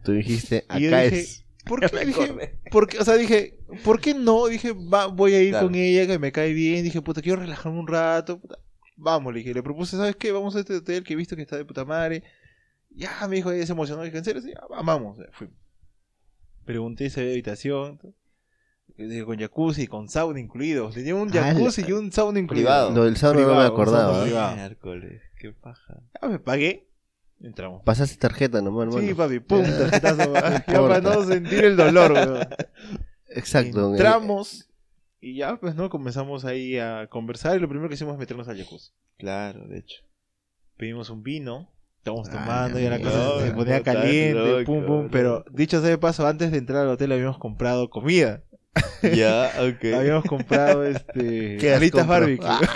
Speaker 3: Tú dijiste, acá
Speaker 1: Y yo dije,
Speaker 3: es.
Speaker 1: ¿Por qué? Dije, ¿por qué? O sea, dije, ¿por qué no? Dije, va, voy a ir
Speaker 2: Claro.
Speaker 1: con ella, que me cae bien. Dije, puta, quiero relajarme un rato. puta. Vamos, le dije, le propuse, ¿sabes qué? Vamos a este hotel que he visto que está de puta madre. Ya, me dijo, ella se emocionó. Dije, ¿en serio? Sí, ah, va, vamos. Ya, fuimos. Pregunté si había habitación. Dije, con jacuzzi, con sauna incluidos. Tenía un
Speaker 3: Ah, la-
Speaker 1: jacuzzi y un sauna incluido.
Speaker 2: Privado.
Speaker 3: Lo del sauna no me
Speaker 1: Privado,
Speaker 3: acordaba.
Speaker 1: sauna
Speaker 3: ¿eh?
Speaker 1: privado.
Speaker 2: Miércoles, qué paja.
Speaker 1: Ya me pagué. Entramos.
Speaker 3: Pasaste tarjeta nomás,
Speaker 1: Sí,
Speaker 3: hermano.
Speaker 1: papi, pum,
Speaker 3: Ya.
Speaker 1: tarjetazo. ya para
Speaker 3: importa.
Speaker 1: no sentir el dolor, weón.
Speaker 3: Exacto. eh,
Speaker 1: Entramos y ya pues no comenzamos ahí a conversar y lo primero que hicimos es meternos al jacuzzi.
Speaker 2: Claro, de hecho.
Speaker 1: Pedimos un vino, estábamos
Speaker 3: Ah,
Speaker 1: tomando y la
Speaker 3: mierda.
Speaker 1: cosa se
Speaker 2: No,
Speaker 1: ponía
Speaker 2: estás
Speaker 1: caliente,
Speaker 2: loco,
Speaker 1: pum pum,
Speaker 2: no.
Speaker 1: pero dicho sea de paso, antes de entrar al hotel habíamos comprado comida.
Speaker 2: Ya, ok.
Speaker 1: Habíamos comprado este
Speaker 3: ¿Qué has
Speaker 1: alitas
Speaker 3: comprado?
Speaker 1: barbecue.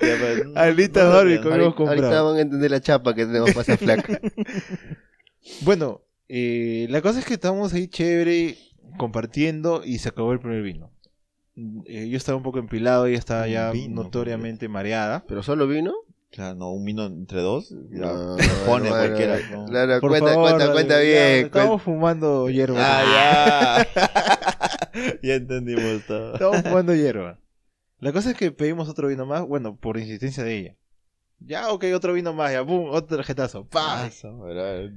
Speaker 2: Ya, pues, no,
Speaker 1: Alitas
Speaker 2: no,
Speaker 1: barbecue
Speaker 2: ya.
Speaker 1: habíamos
Speaker 3: Ahorita, ahorita
Speaker 1: comprado.
Speaker 3: van a entender la chapa que tenemos para esa flaca.
Speaker 1: Bueno, eh, la cosa es que estábamos ahí chévere compartiendo y se acabó el primer vino. Eh, yo estaba un poco empilado, ella estaba
Speaker 2: Un
Speaker 1: ya
Speaker 2: vino,
Speaker 1: notoriamente mareada.
Speaker 3: ¿Pero solo vino?
Speaker 2: Claro, no, un vino entre dos. Ya.
Speaker 3: No,
Speaker 2: pone
Speaker 3: no,
Speaker 2: cualquiera.
Speaker 3: no,
Speaker 2: ¿no?
Speaker 3: no. Claro,
Speaker 1: Por
Speaker 3: cuenta,
Speaker 1: favor,
Speaker 3: cuenta, cuenta
Speaker 1: Rodrigo, ya,
Speaker 3: bien.
Speaker 1: Estamos fumando hierba.
Speaker 2: Ah, ya. ya entendimos todo.
Speaker 1: Estamos fumando hierba. La cosa es que pedimos otro vino más, bueno, por insistencia de ella. Ya, ok, otro vino más, ya, boom, otro tarjetazo. ¡Pah!
Speaker 2: Paso, ¿verdad?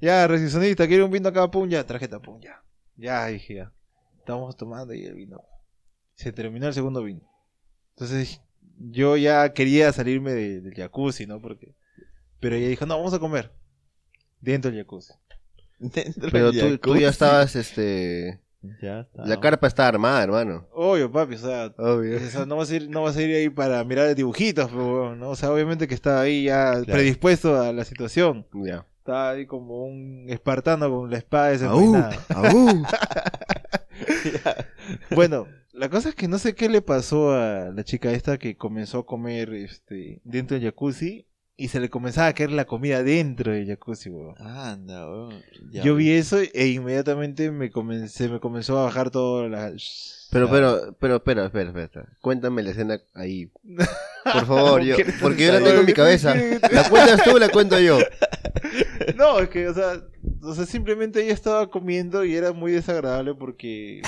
Speaker 1: Ya, recepcionista, quiere un vino acá, pum, ya, tarjeta, pum, ya. Ya, dije, ya. Estamos tomando y el vino. Se terminó el segundo vino. Entonces, yo ya quería salirme de- del jacuzzi, ¿no? Porque. Pero ella dijo, no, vamos a comer. Dentro del jacuzzi.
Speaker 2: Dentro
Speaker 3: Pero
Speaker 2: del
Speaker 3: tú, tú
Speaker 2: jacuzzi.
Speaker 3: ya estabas, este...
Speaker 2: Ya está.
Speaker 1: Ah.
Speaker 3: La carpa está armada, hermano.
Speaker 1: Obvio, papi, o sea,
Speaker 3: Obvio.
Speaker 1: O sea, no vas a ir, no vas a ir ahí para mirar dibujitos, pero ¿no? O sea, obviamente que estaba ahí ya predispuesto a la situación.
Speaker 3: Ya.
Speaker 1: Estaba ahí como un espartano con la espada pues,
Speaker 3: ¡Aú!
Speaker 1: desenvainada.
Speaker 3: ¡Aú!
Speaker 1: Bueno, la cosa es que no sé qué le pasó a la chica esta que comenzó a comer este dentro del jacuzzi y se le comenzaba a caer la comida dentro del jacuzzi, weón.
Speaker 2: Anda, weón. Ya.
Speaker 1: Yo vi eso e inmediatamente me comencé, me comenzó a bajar todo la...
Speaker 3: Pero,
Speaker 2: Ya.
Speaker 3: pero, pero, espera, espera, espera. Cuéntame la escena ahí. Por favor, yo,
Speaker 1: ¿Quieres
Speaker 3: porque yo la
Speaker 1: empezar?
Speaker 3: tengo en mi cabeza. ¿La cuentas tú o la cuento yo?
Speaker 1: No, es que, o sea, o sea, simplemente ella estaba comiendo y era muy desagradable porque...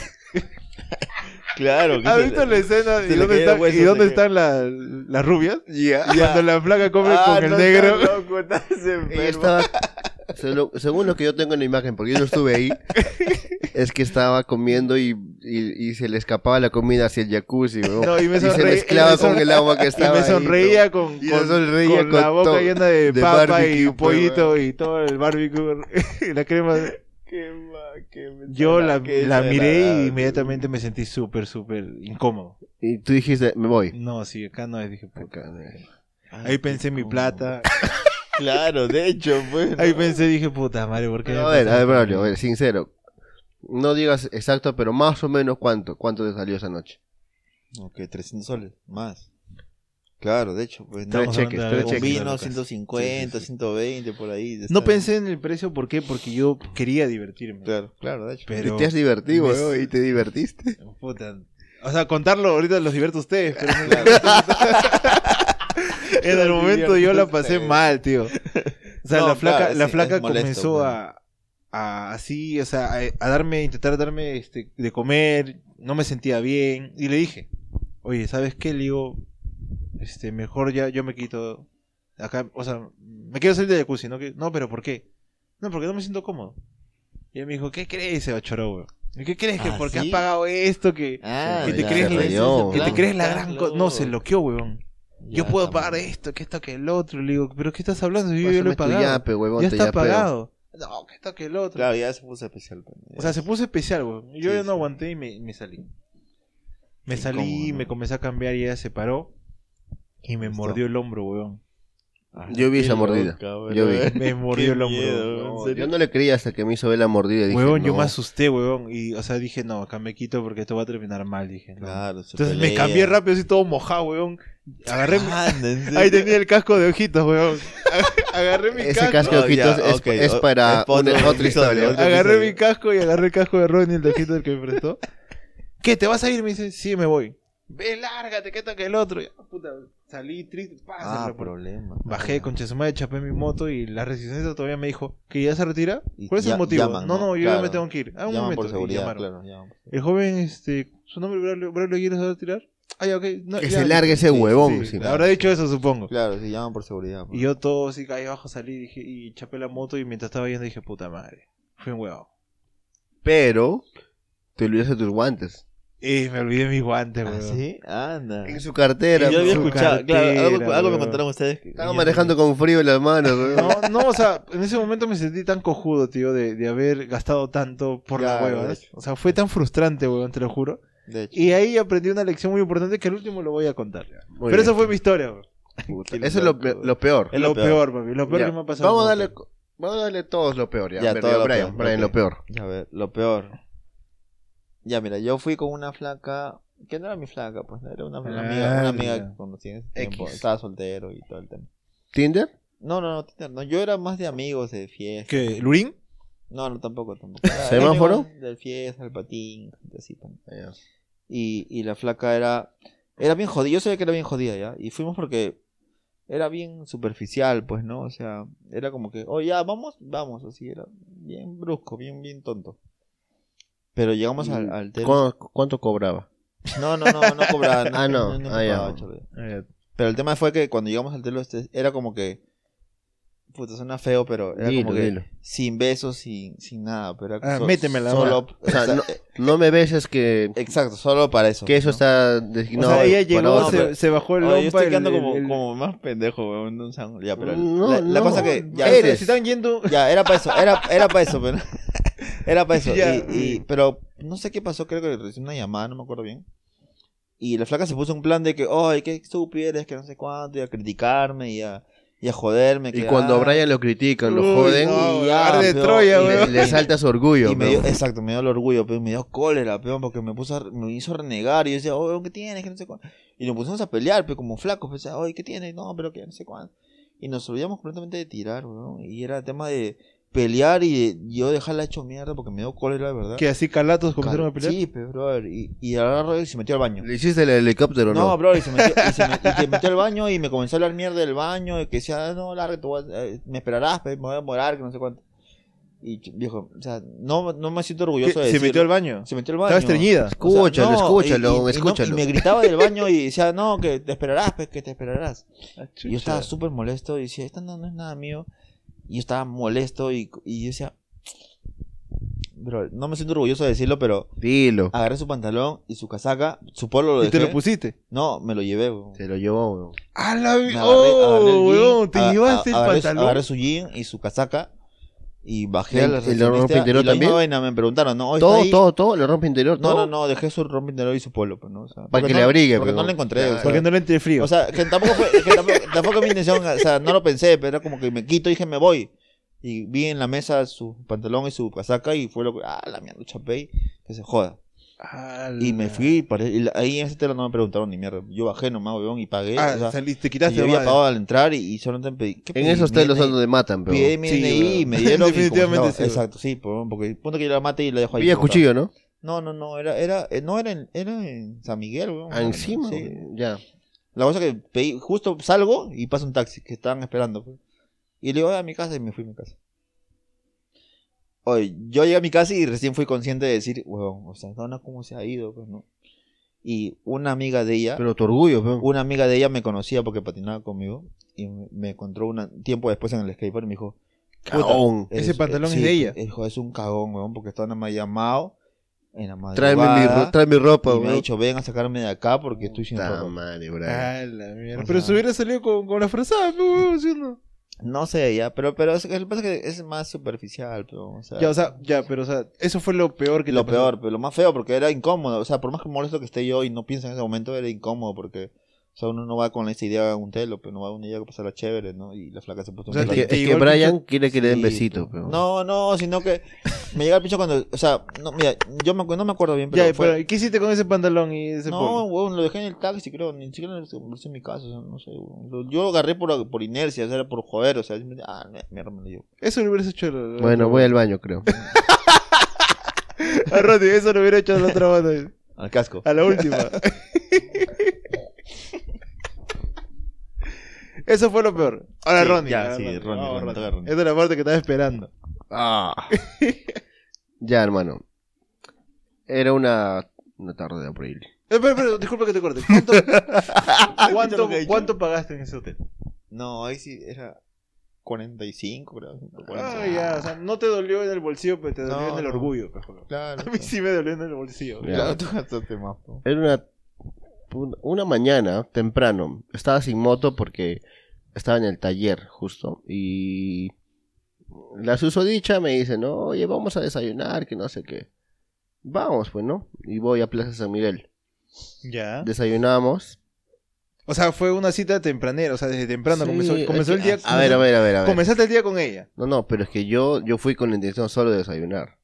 Speaker 2: Claro. que
Speaker 1: ¿Has
Speaker 2: se-
Speaker 1: visto la escena
Speaker 2: se
Speaker 1: y
Speaker 2: le
Speaker 1: dónde,
Speaker 2: cae el
Speaker 1: están-
Speaker 2: hueso,
Speaker 1: y dónde
Speaker 2: se le-
Speaker 1: están la- las rubias?
Speaker 2: Ya.
Speaker 1: Y Cuando la flaca come
Speaker 2: Ah,
Speaker 1: con el
Speaker 2: no
Speaker 1: negro.
Speaker 2: estás loco, estás enfermo.
Speaker 3: Ella estaba, se lo- según lo que yo tengo en la imagen, porque yo no estuve ahí, es que estaba comiendo y, y- y se le escapaba la comida hacia el jacuzzi, weón.
Speaker 1: No, y me
Speaker 3: y se
Speaker 1: sonreí-
Speaker 3: mezclaba
Speaker 1: y me son-
Speaker 3: con el agua que
Speaker 1: Y
Speaker 3: estaba
Speaker 1: me
Speaker 3: ahí,
Speaker 1: sonreía con,
Speaker 3: Y me
Speaker 1: con-
Speaker 3: sonreía
Speaker 1: con la
Speaker 3: con
Speaker 1: boca
Speaker 3: todo,
Speaker 1: llena de,
Speaker 3: de
Speaker 1: papa y
Speaker 3: barbecue, pues,
Speaker 1: pollito y todo el barbecue y la crema.
Speaker 2: Qué ma- qué me-
Speaker 1: Yo la,
Speaker 2: qué
Speaker 1: la miré
Speaker 2: desagradable.
Speaker 1: y inmediatamente me sentí súper, súper incómodo.
Speaker 3: Y tú dijiste, me voy.
Speaker 1: No, sí, acá no es, dije, puta.
Speaker 3: Acá, eh.
Speaker 2: Ay,
Speaker 1: Ahí
Speaker 2: qué
Speaker 1: pensé en mi
Speaker 2: cómodo.
Speaker 1: plata.
Speaker 2: Claro, de hecho, pues.
Speaker 1: Ahí pensé, dije, puta madre, ¿por qué?
Speaker 3: Pero
Speaker 1: me
Speaker 3: a ver,
Speaker 1: pasó
Speaker 3: a ver,
Speaker 1: esto?
Speaker 3: Braulio, a ver, sincero. No digas exacto, pero más o menos cuánto, cuánto te salió esa noche.
Speaker 2: Ok, 300 soles más. Claro, de hecho, pues.
Speaker 3: Tres
Speaker 1: Estamos
Speaker 3: cheques,
Speaker 1: hablando de
Speaker 3: tres
Speaker 1: algo
Speaker 2: Un
Speaker 3: cheques.
Speaker 1: claro,
Speaker 2: vino,
Speaker 1: Lucas.
Speaker 2: 150, 120, por ahí.
Speaker 1: No
Speaker 2: está-
Speaker 1: pensé en el precio, ¿por qué? Porque yo quería divertirme.
Speaker 2: Claro, claro, de hecho.
Speaker 1: Pero,
Speaker 3: Y te has divertido,
Speaker 1: me-
Speaker 3: weón, y te divertiste.
Speaker 1: puta, O sea, contarlo ahorita los divierto a ustedes. Pero en el momento yo la pasé mal, tío. O sea,
Speaker 2: No,
Speaker 1: la flaca,
Speaker 2: claro,
Speaker 1: la
Speaker 2: sí,
Speaker 1: flaca
Speaker 2: es molesto,
Speaker 1: comenzó a, a así, o sea, a, a darme, a intentar darme este, de comer, no me sentía bien. Y le dije, oye, ¿sabes qué? Le digo, este, mejor ya yo me quito acá, o sea, me quiero salir de jacuzzi, ¿no? Que- No, pero ¿por qué? No, porque no me siento cómodo. Y él me dijo, ¿qué crees, Seba Choró, weón? ¿Qué crees que
Speaker 2: ¿Ah,
Speaker 1: porque
Speaker 2: sí?
Speaker 1: has pagado esto? Que,
Speaker 2: Ah,
Speaker 1: que te
Speaker 2: ya.
Speaker 1: crees
Speaker 2: Se
Speaker 1: la-
Speaker 2: rayó.
Speaker 1: que te
Speaker 3: Claro,
Speaker 1: crees la gran
Speaker 2: Claro.
Speaker 1: cosa. No, se loqueó, weón. Yo
Speaker 2: Ya,
Speaker 1: puedo
Speaker 2: está
Speaker 1: pagar
Speaker 2: mal.
Speaker 1: esto, que esto, que el otro. Le digo, ¿pero qué estás hablando? Yo, ya lo
Speaker 3: Pásame
Speaker 1: he
Speaker 3: tu
Speaker 1: pagado.
Speaker 3: yape, huevón,
Speaker 1: ya
Speaker 3: te
Speaker 1: está
Speaker 3: yapeo.
Speaker 1: pagado. No, que esto, que el otro.
Speaker 2: Claro, ya se puso especial. pues.
Speaker 1: O sea, se puso especial, weón. Yo
Speaker 2: Sí,
Speaker 1: ya
Speaker 2: sí.
Speaker 1: no aguanté y me, me salí. Me
Speaker 2: Qué
Speaker 1: salí,
Speaker 2: incómodo, ¿no?
Speaker 1: me comencé a cambiar y ella se paró. Y me
Speaker 2: Justo.
Speaker 1: mordió el hombro, weón.
Speaker 2: Ah,
Speaker 3: Yo vi
Speaker 2: qué
Speaker 3: esa mordida.
Speaker 2: loca, weón.
Speaker 3: Yo vi.
Speaker 1: Me mordió el hombro.
Speaker 2: miedo,
Speaker 1: weón.
Speaker 2: ¿en
Speaker 3: No,
Speaker 2: serio?
Speaker 3: yo no le creía hasta que me hizo ver la mordida. y Dije,
Speaker 1: Huevón, yo
Speaker 3: no.
Speaker 1: me asusté, huevón. Y, o sea, dije, no, acá me quito porque esto va a terminar mal, dije. no.
Speaker 2: Claro, se
Speaker 1: Entonces me
Speaker 2: pelea.
Speaker 1: cambié rápido, así todo mojado, huevón. Agarré mi-
Speaker 2: Ah, ¿en serio?
Speaker 1: Ahí tenía el casco de ojitos, huevón. Agarré mi
Speaker 3: Ese
Speaker 1: casco.
Speaker 3: casco de
Speaker 2: No, ya,
Speaker 3: ojitos es,
Speaker 2: ok,
Speaker 3: es
Speaker 2: o-
Speaker 3: para
Speaker 2: es
Speaker 3: una-
Speaker 2: para otro
Speaker 3: otra
Speaker 2: episodio,
Speaker 3: historia.
Speaker 2: otro-
Speaker 1: Agarré
Speaker 2: episodio.
Speaker 1: mi casco y agarré el casco de Ronnie, el de ojitos del que me prestó. ¿Qué? ¿Te vas a ir? Me dice, sí, me voy. Ve, lárgate, que toca el otro. Ya, puta, salí triste.
Speaker 2: Ah,
Speaker 1: Pásenlo, por...
Speaker 2: problema.
Speaker 1: Bajé con Chesumay, chapé mi moto y la resistencia todavía me dijo, ¿que ya se retira?
Speaker 2: Y
Speaker 1: ¿Cuál es
Speaker 2: ya-
Speaker 1: el motivo?
Speaker 2: llaman,
Speaker 1: no,
Speaker 2: ¿no?
Speaker 1: no, yo ya
Speaker 2: Claro.
Speaker 1: me tengo que ir. Ah, un
Speaker 2: Llaman
Speaker 1: momento.
Speaker 2: por
Speaker 1: y
Speaker 2: seguridad,
Speaker 1: llamaron.
Speaker 2: claro. llaman.
Speaker 1: El joven, este, su nombre, Braulio, Braulio Aguirre se va a tirar. Ah, ya, ok. no,
Speaker 3: Que
Speaker 1: ya.
Speaker 3: se largue ese
Speaker 2: Sí,
Speaker 3: huevón.
Speaker 1: Sí,
Speaker 3: sí.
Speaker 1: Habrá dicho eso, supongo.
Speaker 2: Claro, sí, llaman por seguridad. pues.
Speaker 1: Y yo todo así caí abajo, salí dije, y chapé la moto y mientras estaba yendo dije, puta madre, fui un huevo.
Speaker 3: Pero te olvidaste tus guantes.
Speaker 1: Y me olvidé mis guantes,
Speaker 2: ¿Ah,
Speaker 1: weón.
Speaker 2: sí? Anda.
Speaker 1: Ah.
Speaker 3: En su cartera.
Speaker 2: yo había
Speaker 3: huevón.
Speaker 2: escuchado, claro, algo,
Speaker 1: cartera,
Speaker 2: algo me
Speaker 1: weón.
Speaker 2: contaron ustedes. que-
Speaker 3: Estaba manejando con frío en las manos. huevón.
Speaker 1: No, no, o sea, en ese momento me sentí tan cojudo, tío, de, de haber gastado tanto por la
Speaker 2: Claro,
Speaker 1: hueva.
Speaker 2: de
Speaker 1: ¿eh?
Speaker 2: hecho.
Speaker 1: O sea, fue tan frustrante, weón, te lo juro.
Speaker 2: De hecho.
Speaker 1: Y ahí aprendí una lección muy importante que al último lo voy a contar.
Speaker 3: Muy
Speaker 1: Pero
Speaker 3: bien.
Speaker 1: esa fue mi historia, weón.
Speaker 3: Puta, Eso es lo, pe- lo peor.
Speaker 2: Es
Speaker 1: Es
Speaker 2: lo
Speaker 1: lo peor, papi, lo peor
Speaker 3: Ya.
Speaker 1: que me ha pasado.
Speaker 3: Vamos a
Speaker 1: en mi
Speaker 3: darle, co- vamos a darle todos lo peor. Ya,
Speaker 2: Ya,
Speaker 3: Pero
Speaker 2: todo lo
Speaker 3: Brian,
Speaker 2: peor,
Speaker 3: Brian,
Speaker 2: ok.
Speaker 3: lo peor.
Speaker 2: Ya, A ver, lo peor. Ya, mira, yo fui con una flaca, que no era mi flaca, pues era una, una amiga, una
Speaker 1: Ah,
Speaker 2: amiga
Speaker 1: ya.
Speaker 2: que conocí en ese tiempo.
Speaker 3: X.
Speaker 2: Estaba soltero y todo el tema.
Speaker 3: ¿Tinder?
Speaker 2: No, no, no, Tinder, no, yo era más de amigos, de fiesta.
Speaker 1: ¿Qué? ¿Lurín?
Speaker 2: No, no, tampoco, tampoco. Era- era
Speaker 3: ¿Semáforo?
Speaker 2: amigo Del fiesta, del patín, gente así. pues. pan. Y, y la flaca era, era bien jodida, yo sabía que era bien jodida ya. Y fuimos porque era bien superficial, pues, ¿no? O sea, era como que, oh, ya, vamos, vamos, así, era bien brusco, bien, bien tonto. Pero llegamos al, al tema.
Speaker 3: ¿Cuánto, cuánto cobraba?
Speaker 2: No, no, no, no cobraba. No,
Speaker 3: Ah, no.
Speaker 2: no, no
Speaker 3: Ah, ya.
Speaker 2: cobraba, cholo. Pero el tema fue que cuando llegamos al telo, este, era como que. Puta, suena feo, pero era
Speaker 3: Dilo,
Speaker 2: como que.
Speaker 3: dilo.
Speaker 2: Sin besos, sin, sin nada. Pero era
Speaker 1: Ah, métemela ahora.
Speaker 2: solo,
Speaker 3: O sea,
Speaker 2: exa-
Speaker 3: no, no me beses que,
Speaker 2: Exacto, solo para eso.
Speaker 3: que eso
Speaker 2: ¿no?
Speaker 3: está designado.
Speaker 1: o sea, ella
Speaker 3: para
Speaker 1: llegó,
Speaker 3: otro.
Speaker 1: se,
Speaker 2: pero-
Speaker 1: se bajó el
Speaker 2: Oye, yo
Speaker 1: lompa,
Speaker 2: estoy quedando
Speaker 1: el- el-
Speaker 2: como,
Speaker 1: el-
Speaker 2: como más pendejo, weón. no saben- Ya, pero
Speaker 3: No,
Speaker 2: la, la
Speaker 3: no,
Speaker 2: cosa que. Ya,
Speaker 3: eres.
Speaker 1: Si están yendo...
Speaker 2: Ya, era para eso, era, era para eso, pero. Era para eso.
Speaker 1: Ya.
Speaker 2: Y, y- pero no sé qué pasó, creo que recibí una llamada, no me acuerdo bien. Y la flaca se puso un plan de que, ay, qué estúpido eres, que no sé cuánto, y a criticarme y a, y a joderme.
Speaker 3: Y
Speaker 2: que,
Speaker 3: cuando a
Speaker 2: ah,
Speaker 3: Brian lo critican, lo
Speaker 1: Uy,
Speaker 3: joden,
Speaker 1: no,
Speaker 2: y ya,
Speaker 1: arde
Speaker 2: pero-
Speaker 1: Troya,
Speaker 2: y-
Speaker 1: weón.
Speaker 3: le, le salta su orgullo.
Speaker 2: Y me
Speaker 3: ¿no?
Speaker 2: dio, exacto, me dio el orgullo, pero me dio cólera, peón, porque me puso a- me hizo renegar y yo decía, oh, ¿qué tienes? Que no sé cuánto. Y nos pusimos a pelear, pero como flacos, pues, oye, ¿qué tienes? No, pero que no sé cuánto. Y nos olvidamos completamente de tirar, weón. Y era tema de pelear y de- yo dejarla hecho mierda porque me dio cólera, de verdad.
Speaker 1: Que así calatos comenzaron a pelear.
Speaker 2: Sí, pero, brother, y, y agarró y se metió al baño.
Speaker 3: ¿Le hiciste el helicóptero
Speaker 2: No,
Speaker 3: no?
Speaker 2: bro, y se metió, y se met- y que metió al baño y me comenzó a hablar mierda del baño, y que decía, "Ah, no, larga, tú vas- eh, me esperarás, pe, me voy a morar, que no sé cuánto. Y ch- viejo, o sea, no, no me siento
Speaker 1: ¿Qué?
Speaker 2: orgulloso de
Speaker 1: ¿Se
Speaker 2: decirlo.
Speaker 1: metió al baño?
Speaker 2: Se metió al baño.
Speaker 1: Estaba estreñida.
Speaker 3: Escúchalo,
Speaker 2: no,
Speaker 3: escúchalo,
Speaker 2: y- y- y no-
Speaker 3: escúchalo.
Speaker 2: y me gritaba del baño y decía, no, que te esperarás, pe, que te esperarás. Y yo estaba
Speaker 1: Chucha.
Speaker 2: súper molesto y decía, esto no, no es nada mío. Y yo estaba molesto y, y yo decía, bro, no me siento orgulloso de decirlo, pero
Speaker 3: Dilo.
Speaker 2: agarré su pantalón y su casaca, su polo lo
Speaker 1: ¿Y te
Speaker 2: dejé.
Speaker 1: lo pusiste?
Speaker 2: No, me lo llevé, weón.
Speaker 3: Se lo llevó, weón.
Speaker 1: ¡Ah, la vi-
Speaker 2: Me agarré- agarré el
Speaker 1: ¡Oh,
Speaker 2: jean,
Speaker 1: weón! Te
Speaker 2: a- a-
Speaker 1: llevaste el
Speaker 2: Ah, agarré su-
Speaker 1: pantalón.
Speaker 2: Agarré su jean y su casaca y bajé
Speaker 3: ¿Y
Speaker 2: a la
Speaker 3: el- el rompe
Speaker 2: recepcionista
Speaker 3: interior
Speaker 2: y la misma
Speaker 3: también?
Speaker 2: vaina, me preguntaron, ¿no? ¿Hoy
Speaker 3: Todo,
Speaker 2: está ahí?
Speaker 3: todo, todo, le rompe interior,
Speaker 2: No,
Speaker 3: todo.
Speaker 2: no, no, dejé su rompe interior y su polo, pues, ¿no? O sea,
Speaker 3: Para
Speaker 2: porque
Speaker 3: que le
Speaker 2: no-
Speaker 3: abrigue, pues,
Speaker 2: Porque
Speaker 3: pero-
Speaker 2: no lo encontré, o sea,
Speaker 1: Porque no le entré frío.
Speaker 2: o sea, que tampoco fue, que tampoco, tampoco mi intención, o sea, no lo pensé, pero era como que me quito y dije, me voy. Y vi en la mesa su pantalón y su casaca y fue lo que, ah, la mierda, chapé, que se joda. Y
Speaker 3: Mm.
Speaker 2: me fui, y paré- y la- ahí en ese telo no me preguntaron ni mierda. Yo bajé nomás, weón, y pagué.
Speaker 1: Ah,
Speaker 2: o sea,
Speaker 1: saliste, te
Speaker 2: y
Speaker 1: quitaste
Speaker 2: yo
Speaker 1: la
Speaker 2: había
Speaker 1: madre.
Speaker 2: pagado al entrar y, y solamente pedí. ¿qué
Speaker 3: En
Speaker 2: pedí?
Speaker 3: esos
Speaker 2: Mi
Speaker 3: telos es
Speaker 2: DNI.
Speaker 3: donde matan, pero.
Speaker 2: Pedí mi
Speaker 1: Sí,
Speaker 2: DNI y
Speaker 1: weón.
Speaker 2: me dieron. y como que
Speaker 1: Definitivamente
Speaker 2: no,
Speaker 1: sí, weón.
Speaker 2: Exacto, sí, weón, porque punto que yo la mate y la dejo ahí.
Speaker 3: Pilla
Speaker 2: botada.
Speaker 3: cuchillo, ¿no?
Speaker 2: No, no, no, era, era, eh, no era en, era en San Miguel, weón.
Speaker 3: Ah, encima.
Speaker 2: Sí.
Speaker 3: weón. Ya.
Speaker 2: La cosa que pedí, justo salgo y pasa un taxi que estaban esperando. pues. Y le digo, "Ay, a mi casa y me fui a mi casa. Oye, yo llegué a mi casa y recién fui consciente de decir, weón, o sea, Donna, ¿cómo se ha ido? Pues, ¿no? Y una amiga de ella,
Speaker 3: Pero tu orgullo, weón.
Speaker 2: una amiga de ella me conocía porque patinaba conmigo y me me encontró un tiempo después en el skateboard y me dijo,
Speaker 3: Cagón.
Speaker 1: Ese pantalón es de ella.
Speaker 2: El hijo es un cagón, weón, porque está nada más llamado en la
Speaker 3: Tráeme mi, ro-
Speaker 2: madrugada.
Speaker 3: trae mi ropa,
Speaker 2: Y me ha
Speaker 3: weón.
Speaker 2: dicho, ven a sacarme de acá porque estoy sin
Speaker 3: Puta
Speaker 2: ropa.
Speaker 3: madre, bro.
Speaker 1: Ah, la mierda.
Speaker 2: O
Speaker 1: Pero
Speaker 2: sea-
Speaker 1: se hubiera salido con, con la frazada, pues, huevón, ¿sí o no?
Speaker 2: No sé, ya, pero, pero es, lo que pasa es que es más superficial, pero, o sea,
Speaker 1: Ya, o sea, ya, pero o sea, eso fue lo peor que
Speaker 2: lo
Speaker 1: te pasó.
Speaker 2: peor, pero lo más feo, porque era incómodo. O sea, por más que molesto que esté yo y no piense en ese momento, era incómodo porque, o sea, uno no va con esa idea a un telo, pero no va a una idea que pasara chévere, ¿no? Y la flaca se puso
Speaker 1: O sea,
Speaker 2: un
Speaker 3: Es
Speaker 1: te-
Speaker 3: que, es
Speaker 2: telo.
Speaker 1: te
Speaker 3: que
Speaker 1: llegó el
Speaker 3: Brian quiere que le den
Speaker 2: Sí,
Speaker 3: besito, pero-
Speaker 2: No, no, sino que me llega el pincho cuando, o sea, no, mira, yo me, acu- no me acuerdo bien, pero
Speaker 1: Ya,
Speaker 2: fue-
Speaker 1: pero ¿y ¿qué hiciste con ese pantalón y ese
Speaker 2: No,
Speaker 1: polo?
Speaker 2: weón, lo dejé en el taxi, creo. Ni siquiera lo desembolsé en mi casa, o sea, no sé, weón. Lo- Yo lo agarré por, por inercia, o sea, era por joder, o sea, simplemente, ah, me- mierda, me lo llevo.
Speaker 1: Eso lo hubieras hecho. el- el
Speaker 3: Bueno,
Speaker 1: otro
Speaker 3: voy al baño, creo.
Speaker 1: bando. A Rodri, eso lo hubiera hecho a la otra banda.
Speaker 2: Al casco.
Speaker 1: A la última. Eso fue lo peor. Ahora
Speaker 2: Sí,
Speaker 1: Ronnie.
Speaker 2: ya,
Speaker 1: ahora
Speaker 2: sí, Ronnie,
Speaker 1: Vamos,
Speaker 2: Ronnie, toca Ronnie.
Speaker 1: Esta es la parte que estaba esperando.
Speaker 3: ya, hermano. Era una, una tarde de abril.
Speaker 1: Espera, espera, disculpa que te corte. ¿Cuánto,
Speaker 2: lo
Speaker 1: cuánto,
Speaker 2: que he dicho.
Speaker 1: cuánto pagaste en ese hotel?
Speaker 2: No, ahí sí era 45, creo. 45.
Speaker 1: Ah, ya, o sea, no te dolió en el bolsillo, pero te dolió
Speaker 2: No,
Speaker 1: en el
Speaker 2: no.
Speaker 1: orgullo. pejo.
Speaker 2: Claro.
Speaker 1: A mí sí me dolió en el bolsillo.
Speaker 3: Ya.
Speaker 2: Claro, tú
Speaker 3: este
Speaker 2: gastaste más, po.
Speaker 3: Era una, un- una mañana, temprano. Estaba sin moto porque estaba en el taller, justo. Y la susodicha me dice, no, oye, vamos a desayunar, que no sé qué. Vamos, pues, ¿no? Y voy a Plaza San Miguel.
Speaker 1: Ya.
Speaker 3: Desayunamos.
Speaker 1: O sea, fue una cita tempranera, o sea, desde temprano
Speaker 3: Sí,
Speaker 1: comenzó,
Speaker 3: es
Speaker 1: comenzó
Speaker 3: que-
Speaker 1: el día.
Speaker 3: A ver, a ver, a ver, a ver.
Speaker 1: Comenzaste el día con ella.
Speaker 3: No, no, pero es que yo, yo fui con la intención solo de desayunar.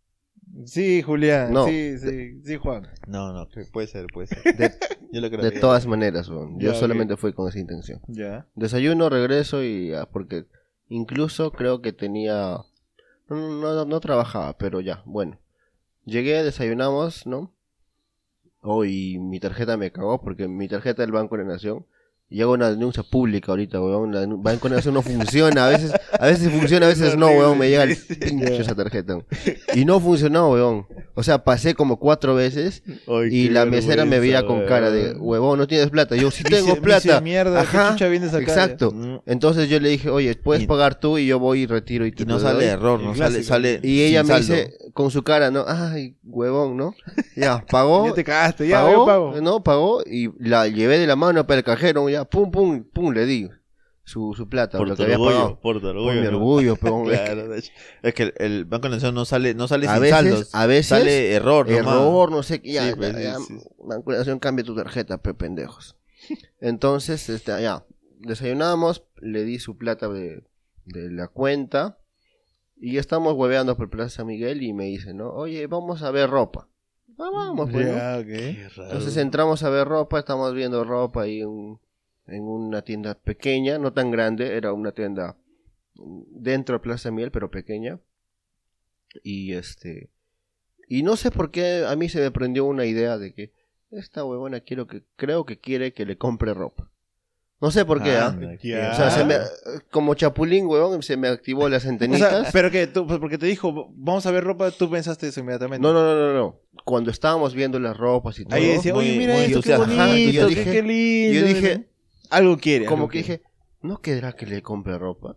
Speaker 1: Sí, Julián.
Speaker 3: No.
Speaker 1: Sí, sí, sí, Juan.
Speaker 2: No, no, que puede ser, puede ser.
Speaker 3: De-
Speaker 2: Yo lo creo.
Speaker 3: De
Speaker 2: ya.
Speaker 3: todas maneras, weón. yo
Speaker 1: Ya, ok.
Speaker 3: solamente fui con esa intención.
Speaker 1: Ya.
Speaker 3: Desayuno, regreso y ya, porque incluso creo que tenía... No, no, no, no trabajaba, pero ya, bueno. Llegué, desayunamos, ¿no? Oh, y mi tarjeta me cagó porque mi tarjeta del Banco de la Nación... Y hago una denuncia pública ahorita, weón. La denu- Banco de la Nación no funciona. A veces, a veces funciona, a veces no, weón. Me llega el pinche esa tarjeta. weón. Y no funcionó, weón. O sea, pasé como cuatro veces y la mesera me veía con cara de, huevón, no tienes plata. Yo sí tengo
Speaker 1: Vice- vice
Speaker 3: plata.
Speaker 1: mierda, ¿qué
Speaker 3: Ajá,
Speaker 1: chucha vienes acá?
Speaker 3: Exacto.
Speaker 2: Mm.
Speaker 3: Entonces yo le dije, oye, puedes
Speaker 2: Y-
Speaker 3: pagar tú y yo voy y retiro y te
Speaker 2: Y no
Speaker 3: lo
Speaker 2: sale
Speaker 3: doy".
Speaker 2: error,
Speaker 1: El
Speaker 2: no sale,
Speaker 1: clásico.
Speaker 2: sale.
Speaker 3: Y ella
Speaker 2: sin
Speaker 3: me
Speaker 2: saldo.
Speaker 3: dice con su cara, ¿no? Ay, huevón, ¿no? Ya, pagó.
Speaker 1: Ya te cagaste, ya,
Speaker 3: pagó,
Speaker 1: yo pago.
Speaker 3: No, pagó y la llevé de la mano para el cajero, ya, pum, pum, pum, le di su, su plata,
Speaker 2: Por
Speaker 3: lo
Speaker 2: tu
Speaker 3: que había
Speaker 2: orgullo,
Speaker 3: pagado.
Speaker 2: por tu
Speaker 3: Por
Speaker 2: orgullo.
Speaker 3: mi
Speaker 2: ¿no?
Speaker 3: orgullo, pero
Speaker 2: Claro, de hecho. es que el, el Banco Nacional no sale, no sale
Speaker 3: A
Speaker 2: sin
Speaker 3: veces-
Speaker 2: saldos.
Speaker 3: a veces
Speaker 2: sale error, nomás.
Speaker 3: error, no sé qué. Ya,
Speaker 2: Sí, pues,
Speaker 3: ya, ya,
Speaker 2: sí, sí.
Speaker 3: Banco de Nación, cambia tu tarjeta, pe pendejos. Entonces, este, ya, desayunamos, le di su plata de, de la cuenta y estamos hueveando por Plaza San Miguel y me dice, ¿no? Oye, vamos a ver ropa. Ah, vamos, pues, ¿no?
Speaker 1: Ya, ok.
Speaker 2: Qué raro.
Speaker 3: Entonces entramos a ver ropa, estamos viendo ropa ahí en, en una tienda pequeña, no tan grande, era una tienda dentro de Plaza Miel, pero pequeña. Y este y no sé por qué a mí se me prendió una idea de que esta huevona quiero que creo que quiere que le compre ropa. No sé por qué,
Speaker 2: Ah,
Speaker 3: ¿ah?
Speaker 2: anda,
Speaker 1: Ya.
Speaker 3: O sea, se me,
Speaker 2: raro.
Speaker 3: como chapulín, huevón, se me activó las
Speaker 1: O
Speaker 3: antenitas.
Speaker 1: sea, pero que tú, pues, porque te dijo, vamos a ver ropa, tú pensaste eso inmediatamente.
Speaker 3: No, no, no, no, no. Cuando estábamos viendo las ropas y todo.
Speaker 1: Ahí decía,
Speaker 2: Muy-
Speaker 1: oye, mira
Speaker 2: muy
Speaker 1: esto, qué
Speaker 2: entusiasta.
Speaker 1: bonito,
Speaker 2: Ajá,
Speaker 3: y yo
Speaker 1: qué-
Speaker 3: dije-
Speaker 1: qué lindo.
Speaker 3: yo dije,
Speaker 1: algo quiere.
Speaker 3: como
Speaker 1: algo
Speaker 3: que
Speaker 1: quiere.
Speaker 3: dije, ¿no querrá que le compre ropa?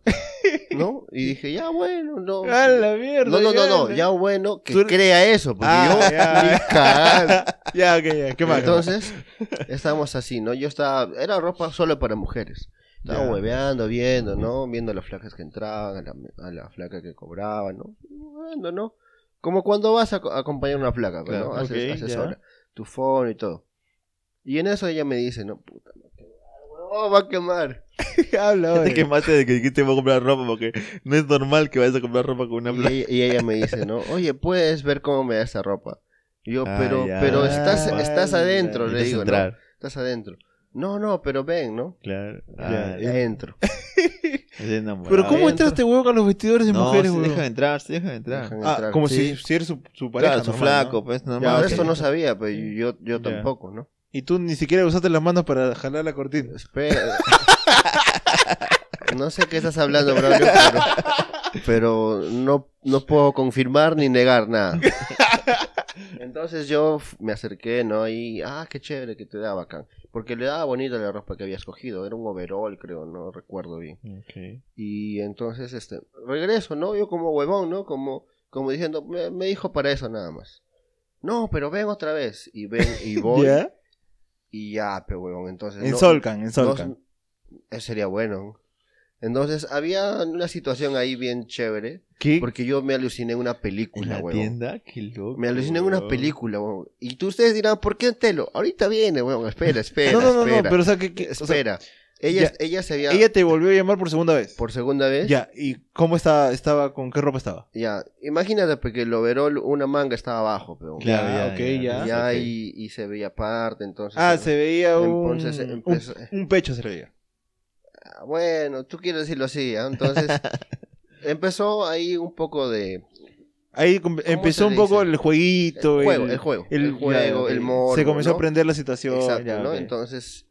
Speaker 3: ¿No? Y dije, ya bueno, no.
Speaker 1: A la mierda.
Speaker 3: No, no, no,
Speaker 1: ya,
Speaker 3: no, ya bueno que
Speaker 1: Tú-
Speaker 3: crea eso, porque
Speaker 1: Ah,
Speaker 3: yo
Speaker 1: ya.
Speaker 3: ni cagando.
Speaker 1: Ya, ok, ya, qué más.
Speaker 3: Entonces, estábamos así, ¿no? Yo estaba, era ropa solo para mujeres. Estaba
Speaker 1: Ya.
Speaker 3: hueveando, viendo, ¿no? Viendo las flacas que entraban, a la, a la flaca que cobraban, ¿no? Hueveando, ¿no? Como cuando vas a, co- a acompañar una flaca, pues, ¿no?
Speaker 1: Claro,
Speaker 3: Haces,
Speaker 1: ok,
Speaker 3: haces
Speaker 1: ya.
Speaker 3: hora, tu fono y todo. Y en eso ella me dice, no, puta, me va a quemar, huevón, va a quemar.
Speaker 1: habla,
Speaker 2: Ya
Speaker 1: oye.
Speaker 2: te quemaste de que dijiste voy a comprar ropa porque no es normal que vayas a comprar ropa con una
Speaker 3: Y
Speaker 2: plata.
Speaker 3: ella, y ella me dice, ¿no? Oye, puedes ver cómo me da esa ropa. Y yo,
Speaker 2: Ah,
Speaker 3: pero,
Speaker 2: ya.
Speaker 3: pero estás,
Speaker 1: Ah,
Speaker 3: estás
Speaker 1: vale.
Speaker 3: adentro, le
Speaker 2: Necesitas
Speaker 3: digo, ¿no?
Speaker 2: entrar.
Speaker 3: Estás adentro. No, no, pero ven, ¿no?
Speaker 2: Claro.
Speaker 1: Ya,
Speaker 2: Ah,
Speaker 1: ya.
Speaker 2: es-
Speaker 3: Adentro.
Speaker 2: es enamorado.
Speaker 1: Pero ¿cómo
Speaker 3: Adentro.
Speaker 1: entra este huevo con los vestidores de
Speaker 2: no,
Speaker 1: mujeres,
Speaker 2: sí,
Speaker 1: huevón?
Speaker 2: deja de entrar, sí, deja de entrar.
Speaker 3: Dejan
Speaker 1: Ah,
Speaker 3: entrar.
Speaker 1: como
Speaker 3: Sí.
Speaker 1: si, si eres su, su pareja.
Speaker 2: claro, su
Speaker 1: normal,
Speaker 2: flaco,
Speaker 1: ¿no?
Speaker 2: pues
Speaker 3: Ya,
Speaker 2: normal.
Speaker 1: Ah,
Speaker 3: pero
Speaker 1: ok.
Speaker 3: esto no sabía, pues yo, yo
Speaker 1: Ya.
Speaker 3: tampoco, ¿no?
Speaker 1: Y tú ni siquiera usaste las manos para jalar la cortina.
Speaker 3: Espera. No sé qué estás hablando, bro, pero, pero no, no puedo confirmar ni negar nada. Entonces yo f- me acerqué, ¿no? Y, ah, qué chévere que te da bacán. Porque le daba bonito la ropa que había escogido. Era un overall, creo, no recuerdo bien. Y entonces, este, regreso, ¿no? Yo como huevón, ¿no? Como, como diciendo, me, me dijo para eso nada más. No, pero ven otra vez. Y ven, y voy.
Speaker 1: ¿Ya?
Speaker 3: Y ya, pero huevón, entonces.
Speaker 1: En
Speaker 3: no-
Speaker 1: Solcan, en
Speaker 3: no-
Speaker 1: Solcan.
Speaker 3: eh, sería bueno. Entonces, había una situación ahí bien chévere.
Speaker 1: ¿Qué?
Speaker 3: Porque yo me aluciné en una
Speaker 1: ¿En
Speaker 3: película,
Speaker 1: la
Speaker 3: huevón.
Speaker 1: tienda? Qué loco.
Speaker 3: Me aluciné en una
Speaker 1: huevón.
Speaker 3: película, huevón. Y tú ustedes dirán, ¿por qué Telo? Ahorita viene, huevón. Espera, espera.
Speaker 1: No, no, no, no,
Speaker 3: espera,
Speaker 1: pero o sea, que, que- o sea,
Speaker 3: espera. ella,
Speaker 1: ya.
Speaker 3: ella se había.
Speaker 1: ella te volvió a llamar por segunda vez.
Speaker 3: Por segunda vez.
Speaker 1: Ya, ¿y cómo estaba, estaba, con qué ropa estaba?
Speaker 3: Ya. Imagínate, porque el overall, una manga estaba abajo, pero.
Speaker 1: Claro, Ya, ok, ya.
Speaker 3: Ya,
Speaker 1: ya,
Speaker 3: y, y se veía aparte, entonces.
Speaker 1: Ah,
Speaker 3: eh,
Speaker 1: se veía un,
Speaker 3: Entonces
Speaker 1: un,
Speaker 3: empezó-
Speaker 1: un pecho se le veía.
Speaker 3: ah, Bueno, tú quieres decirlo así, ¿ah? Entonces. empezó ahí un poco de.
Speaker 1: Ahí com-
Speaker 3: se
Speaker 1: empezó un
Speaker 3: le
Speaker 1: poco
Speaker 3: dice?
Speaker 1: el jueguito,
Speaker 3: El juego, el juego.
Speaker 1: el,
Speaker 3: El juego,
Speaker 1: ya,
Speaker 3: el
Speaker 1: ok.
Speaker 3: morbo,
Speaker 1: Se comenzó
Speaker 3: ¿no?
Speaker 1: a aprender la situación.
Speaker 3: Exacto,
Speaker 1: ya,
Speaker 3: ¿no?
Speaker 1: ok.
Speaker 3: Entonces,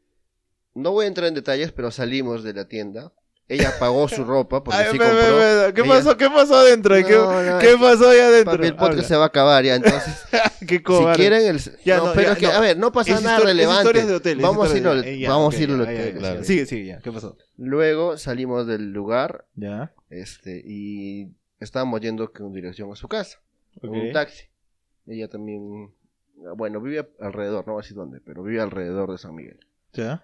Speaker 3: no voy a entrar en detalles, pero salimos de la tienda. Ella pagó su ropa porque
Speaker 1: Ay,
Speaker 3: sí
Speaker 1: ve, ve,
Speaker 3: compró.
Speaker 1: ve, ¿Qué
Speaker 3: Ella-
Speaker 1: pasó? ¿Qué pasó adentro? ¿Qué,
Speaker 3: No, no,
Speaker 1: qué pasó ahí adentro?
Speaker 3: Papi, el podcast
Speaker 1: Habla.
Speaker 3: se va a acabar ya, entonces.
Speaker 1: qué
Speaker 3: si
Speaker 1: cobarde.
Speaker 3: quieren el...
Speaker 1: Ya,
Speaker 3: no,
Speaker 1: no,
Speaker 3: pero
Speaker 1: ya,
Speaker 3: es que,
Speaker 1: no.
Speaker 3: a ver, no pasa
Speaker 1: Es
Speaker 3: nada
Speaker 1: histori- es
Speaker 3: relevante.
Speaker 1: historias de hoteles.
Speaker 3: Vamos a ir
Speaker 1: historias
Speaker 3: al
Speaker 1: de-
Speaker 3: hotel.
Speaker 1: ya,
Speaker 3: Vamos a
Speaker 1: ok,
Speaker 3: ir al
Speaker 1: ya,
Speaker 3: hotel.
Speaker 1: ya, claro.
Speaker 3: sí.
Speaker 1: Sigue, sigue, ya. ¿Qué pasó?
Speaker 3: Luego salimos del lugar
Speaker 1: Ya.
Speaker 3: este y estábamos yendo con dirección a su casa. En
Speaker 1: ok.
Speaker 3: un taxi. Ella también... Bueno, vive alrededor, no voy a decir dónde, pero vive alrededor de San Miguel.
Speaker 1: Ya.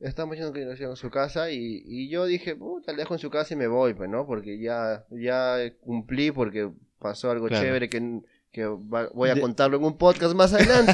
Speaker 3: Estamos yendo en dirección a su casa y, y yo dije, puta, le dejo en su casa y me voy, pues, ¿no? Porque ya, ya cumplí, porque pasó algo
Speaker 2: Claro.
Speaker 3: chévere que, que va- voy a
Speaker 1: De-
Speaker 3: contarlo en un podcast más adelante.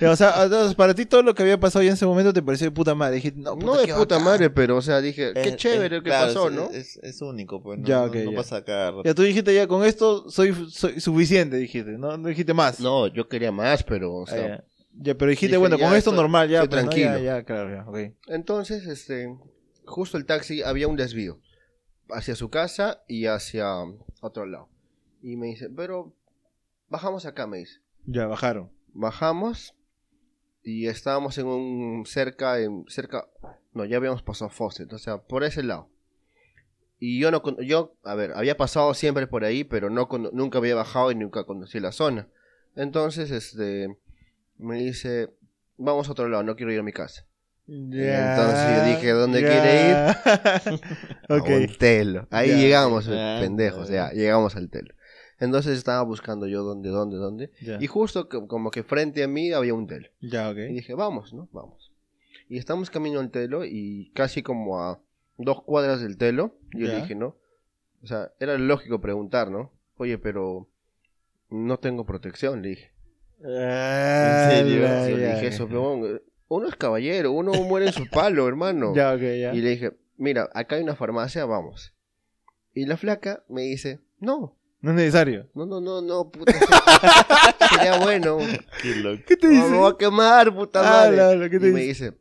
Speaker 1: Ya, O sea, entonces, para ti todo lo que había pasado ya en ese momento te pareció de puta madre. Dijiste, no,
Speaker 3: no
Speaker 1: puta,
Speaker 3: de
Speaker 1: qué
Speaker 3: puta
Speaker 1: bacán. Eh,
Speaker 3: madre, pero, o sea, dije,
Speaker 2: Es-
Speaker 3: qué
Speaker 2: es-
Speaker 3: chévere que
Speaker 2: claro,
Speaker 3: pasó,
Speaker 2: es-
Speaker 3: ¿no?
Speaker 2: Es, es único, pues. No,
Speaker 1: Ya,
Speaker 2: no-
Speaker 1: ok,
Speaker 2: no
Speaker 1: ya.
Speaker 2: pasa cada rato.
Speaker 1: Ya tú dijiste, ya con esto soy, soy suficiente, dijiste. No, no dijiste más.
Speaker 3: No, yo quería más, pero, o
Speaker 1: Ah,
Speaker 3: sea,
Speaker 1: ya. Ya, pero dijiste,
Speaker 3: Dije,
Speaker 1: bueno,
Speaker 3: ya,
Speaker 1: con esto
Speaker 3: esto-
Speaker 1: normal, ya.
Speaker 3: estoy
Speaker 1: pues, ¿no?
Speaker 3: tranquilo.
Speaker 1: Ya, ya, claro, ya, ok.
Speaker 3: Entonces, este, justo el taxi había un desvío hacia su casa y hacia um, otro lado. Y me dice, pero bajamos acá, me dice.
Speaker 1: Ya, bajaron.
Speaker 3: bajamos y estábamos en un cerca en cerca no ya habíamos pasado Fawcett o sea por ese lado y yo no con- yo a ver había pasado siempre por ahí pero no cono- nunca había bajado y nunca conocí la zona entonces este me dice vamos a otro lado no quiero ir a mi casa Entonces yo dije, ¿dónde Ah,
Speaker 1: quiere
Speaker 3: a
Speaker 1: ir?
Speaker 3: un telo ahí
Speaker 1: Ya, Ah,
Speaker 3: llegamos eh,
Speaker 2: ya,
Speaker 3: pendejos
Speaker 2: ya.
Speaker 3: ya llegamos al telo entonces estaba buscando yo dónde dónde dónde
Speaker 1: ok. Ya.
Speaker 3: y justo co- como que frente a mí había un telo
Speaker 1: Ya, ok.
Speaker 3: Y dije, vamos, ¿no? Vamos. Y estamos camino al telo y casi como a dos cuadras del telo, yo
Speaker 1: Ya.
Speaker 3: le dije, ¿no? O sea, era lógico preguntar, ¿no? Oye, pero no tengo protección, le dije.
Speaker 1: ¿En
Speaker 2: Ah,
Speaker 3: yo le dije eso, pero uno es caballero, uno muere en su palo, hermano.
Speaker 1: Ya, ok, ya.
Speaker 3: Y le dije, mira, acá hay una farmacia, vamos. Y la flaca me dice, no,
Speaker 1: No es necesario.
Speaker 3: no, no, no, no, puta. Sería bueno.
Speaker 2: Qué loco.
Speaker 1: ¿Qué te
Speaker 3: No, me voy a quemar, puta
Speaker 1: Ah,
Speaker 3: madre.
Speaker 1: la- la que te
Speaker 3: y me
Speaker 1: dice.
Speaker 3: dice,